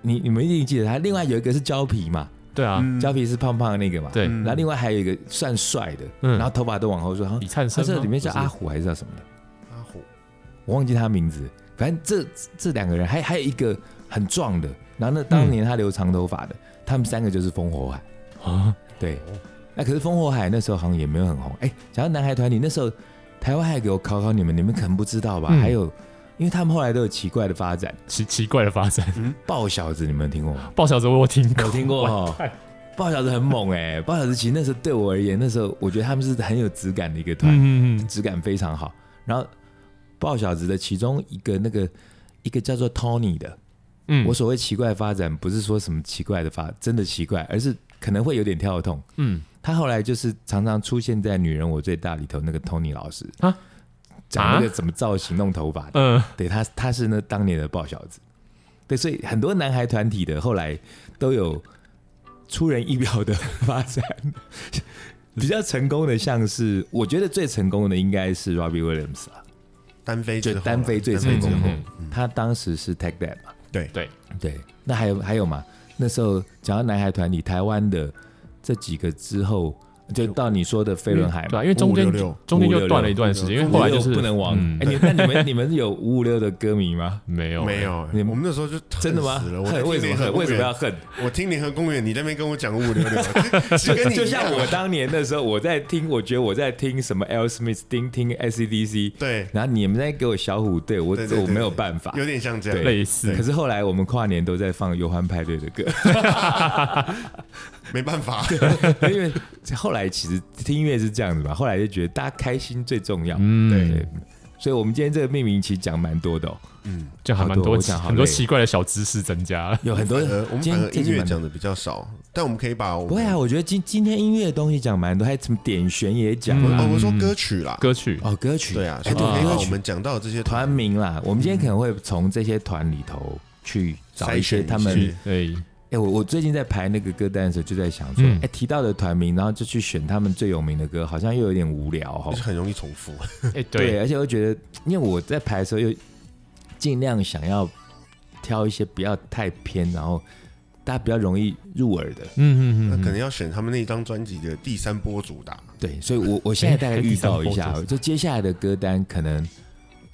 B: 你你们一定记得他，另外有一个是胶皮嘛，
C: 对啊，
A: 嗯
B: 胶皮是胖胖的那个嘛，
C: 对，
A: 嗯
B: 然后另外还有一个算帅的，
C: 嗯
B: 然后头发都往后梳，然后
C: 李灿
B: 他
C: 森
B: 这
C: 吗
B: 里面叫啊
C: 不是
B: 阿虎还是叫什么的，
A: 阿虎，
B: 我忘记他名字。反正这这两个人还还有一个很壮的，然后那当年他留长头发的，
C: 嗯
B: 他们三个就是烽火海。
C: 啊，
B: 对，那可是烽火海那时候好像也没有很红。哎、讲到南海团体，那时候台湾还给我考考你们，你们可能不知道吧？
C: 嗯
B: 还有，因为他们后来都有奇怪的发展，
C: 奇奇怪的发展。
B: 爆小子，你们有听过吗？
C: 爆小子我有听过，
B: 嗯有听过
C: 哇
B: 哈爆小子很猛哎、爆小子其实那时候对我而言，那时候我觉得他们是很有质感的一个团，
C: 嗯嗯 嗯，
B: 质感非常好。然后爆小子的其中一个那个一个叫做 Tony 的，
C: 嗯
B: 我所谓奇怪的发展，不是说什么奇怪的发，真的奇怪，而是可能会有点跳痛。
C: 嗯
B: 他后来就是常常出现在《女人我最大》里头那个 Tony 老师
C: 啊，
B: 讲那个怎么造型、弄头发的。
C: 嗯，
B: 对他，他是那当年的爆小子。对，所以很多男孩团体的后来都有出人意表的 发展，比较成功的像是我觉得最成功的应该是 Robbie Williams 啊，
A: 单飞之
B: 就
A: 后啊，
B: 单飞最
A: 单
B: 成功
A: 之
B: 的
A: 后
C: 嗯
B: 他当时是 Take That 嘛，
A: 对
C: 对，
B: 对，那还有还有嘛？那时候讲到男孩团体，台湾的这几个之后，就到你说的飞轮海
C: 对
B: 嘛
C: 啊，因，为中间
A: 566
C: 中间就断了一段时间，因为后来就是
B: 556不能亡。
C: 嗯
B: 哎、你那你们你们有五五六的歌迷吗？
C: 没有
A: 没，有，
B: 你
A: 我们那时候就
B: 真的吗
A: 恨死了？我在
B: 恨 为
A: 听联
B: 什么
A: 合
B: 恨？
A: 公
B: 为什么要
A: 园，
B: 恨？
A: 我听联合公园，你在那边跟我讲五五六六， 就就跟你一样
B: 就像我当年的时候，我在听，我觉得我在听什么 L. Smith，听听 AC/DC，
A: 对，
B: E 然后你们在给我小虎队，我
A: 对对对
B: 我没有办法。
A: 有点像这
B: 对
A: 样，
C: 类似
B: 可是后来我们跨年都在放游欢派对的歌，
A: 没办法，
B: 因为后来其实听音乐是这样子嘛，后来就觉得大家开心最重要。
C: 嗯，
A: 对
B: 对，所以我们今天这个命名其实讲蛮多的、哦，
A: 嗯，
C: 这样还蛮
B: 好多
C: 多
B: 我
C: 奇
B: 讲好
C: 很多
B: 累
C: 奇怪的小知识增加 了。
B: 有很多
A: 呃，我们
B: 今
A: 反而
B: 天
A: 音乐
B: 讲
A: 讲的比较少，但我们可以把
B: 不会啊，，我觉得今今天音乐的东西讲蛮多，还有什么点旋也讲啊
A: 我
B: 了、
A: 哦我们说歌曲啦，
C: 歌曲
B: 哦，嗯歌曲
A: 对啊，所
B: 哎
A: 以
B: 对
A: 我们可以把
B: 歌
A: 我
B: 曲
A: 们讲到的这些
B: 团名啦，我们今天可能会从这些团里头去找一些
A: 筛选一
B: 他
A: 些
B: 们。
C: 对，
B: 哎，我我最近在排那个歌单的时候，就在想说，
C: 嗯
B: 哎，提到的团名，然后就去选他们最有名的歌，好像又有点无聊哈
A: 就是。很容易重复，
C: 哎
B: 对，
C: 对，
B: 而且我觉得，因为我在排的时候又尽量想要挑一些不要太偏，然后大家比较容易入耳的。
C: 嗯嗯嗯
A: 那
C: 嗯，
A: 可能要选他们那张专辑的第三波主打，
B: 对，所以我我现在大概预告一
C: 哎
B: 下
C: 第三波，
B: 就接下来的歌单可能，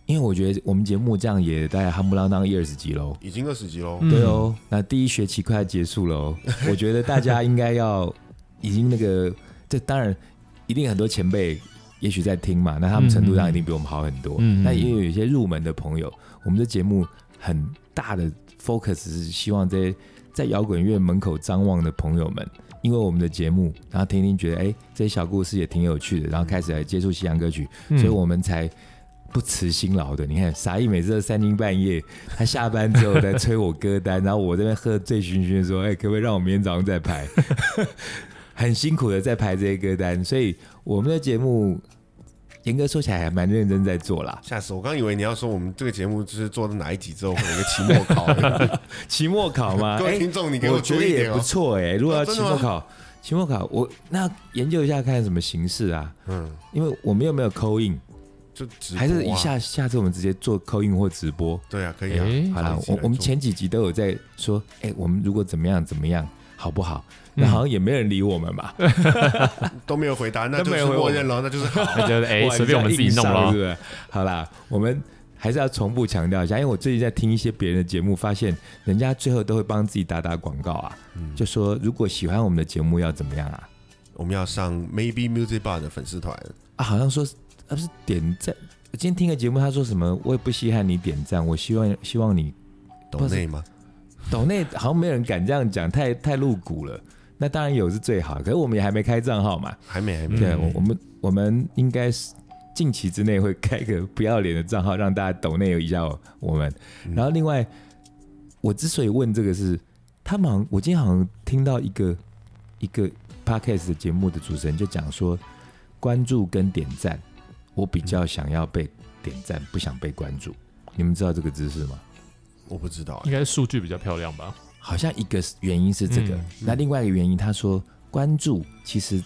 B: 因为我觉得我们节目这样也大概夯不啷当一二十集喽。
A: 已经二十集喽，
C: 嗯
B: 对哦，那第一学期快要结束了 哦，我觉得大家应该要已经那个，这当然一定很多前辈也许在听嘛，那他们程度上一定比我们好很多。
C: 嗯嗯嗯嗯
B: 那也有一些入门的朋友，我们的节目很大的 focus 是希望这些在摇滚乐门口张望的朋友们，因为我们的节目，然后听听觉得哎、这些小故事也挺有趣的，然后开始来接触西洋歌曲，
C: 嗯
B: 所以我们才不辞辛劳的。你看，傻一每次都三更半夜，他下班之后在催我歌单，然后我这边喝醉醺醺地说：“哎、可不可以让我明天早上再排？” 很辛苦的在排这些歌单，所以我们的节目严格说起来还蛮认真在做啦。
A: 吓死我！刚以为你要说我们这个节目就是做到哪一集之后会有一个期末考，欸
B: 期末考吗？
A: 各
B: 哎
A: 位听众，你给
B: 我觉
A: 注
B: 得
A: 意一
B: 也
A: 点
B: 不
A: 哦。
B: 错哎、如果要
A: 哦真
B: 期
A: 的吗
B: 末考，期末考我那研究一下看什么形式啊，
A: 嗯，
B: 因为我们又没有扣印，
A: 就直播啊
B: 还是一下下次我们直接做扣印或直播。
A: 对啊，可以啊
C: 诶。
B: 好了
A: 一，起
B: 我
A: 来
B: 我们
A: 做
B: 前几集都有在说，哎、我们如果怎么样怎么样，好不好？那
C: 嗯
B: 好像也没人理我们吧？
A: 都没有回答，那
B: 都
A: 就
B: 没
A: 是
B: 有回我
A: 默认了，那就是好。
C: 那就是哎
B: 哇
C: 随便我们自己
B: 这
C: 弄
B: 样硬上
C: 了
B: 是。不是？好啦，我们还是要重复强调一下，因为我最近在听一些别人的节目，发现人家最后都会帮自己打打广告啊，
C: 嗯
B: 就说如果喜欢我们的节目要怎么样啊？
A: 我们要上 Maybe Music Bar 的粉丝团，
B: 啊，好像说是啊不是点赞，我今天听个节目，他说什么我也不稀罕你点赞，我希望希望你
A: 懂内吗？
B: 抖内好像没有人敢这样讲，太太露骨了。那当然有是最好，可是我们也还没开账号嘛。
A: 还没，还没。
C: 嗯
B: 对，我我们我们应该是近期之内会开个不要脸的账号，让大家抖内一下我们。
A: 嗯
B: 然后另外，我之所以问这个是，他们好像我今天好像听到一个一个 podcast 的节目的主持人就讲说，关注跟点赞，我比较想要被点赞，不想被关注。你们知道这个知识吗？
A: 我不知道
B: 嗯
C: 应
A: 欸，
C: 该是数据比较漂亮吧？
B: 好像一个是原因是这个，
C: 嗯
B: 那另外一个原因，他说关注其实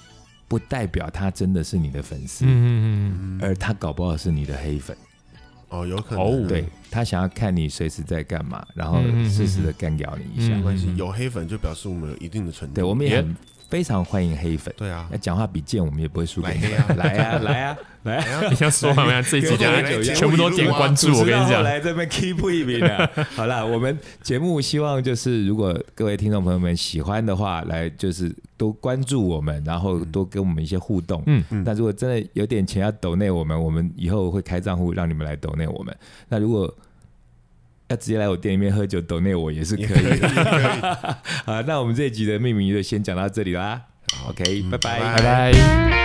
B: 不代表他真的是你的粉丝，
C: 嗯 嗯
B: 而他搞不好是你的黑粉，嗯
A: 哦，有可
C: 哦
A: 能，
B: 对，他想要看你随时在干嘛，然后
C: 嗯嗯嗯
B: 适时的干掉你一下。
A: 没关系，
C: 嗯
A: 有黑粉就表示我们有一定的程
B: 对，哎
A: 度。
B: 我们也很非常欢迎黑粉。
A: 对啊
B: 那，讲话比剑我们也不会输给你
A: 来呀
B: 们，来呀来呀来呀！
C: 你先说嘛，我想这一集
A: 跟
C: 等
A: 我们
C: 下
A: 来节目
C: 全部都
A: 啊
C: 点关注，我跟你讲。
B: 来这边 keep 一名 的。好啦，我们节目希望就是，如果各位听众朋友们喜欢的话，来就是多关注我们，然后多跟我们一些互动。
C: 嗯
B: 那如果真的有点钱要抖内我们，我们以后会开账户让你们来抖内我们。那如果要直接来我店里面喝酒抖内我也是可
A: 也
B: 以
A: 可以，也
B: 的。
A: 可以。
B: 好，那我们这一集的命名就先讲到这里啦。OK，拜拜
A: 拜
C: 拜拜。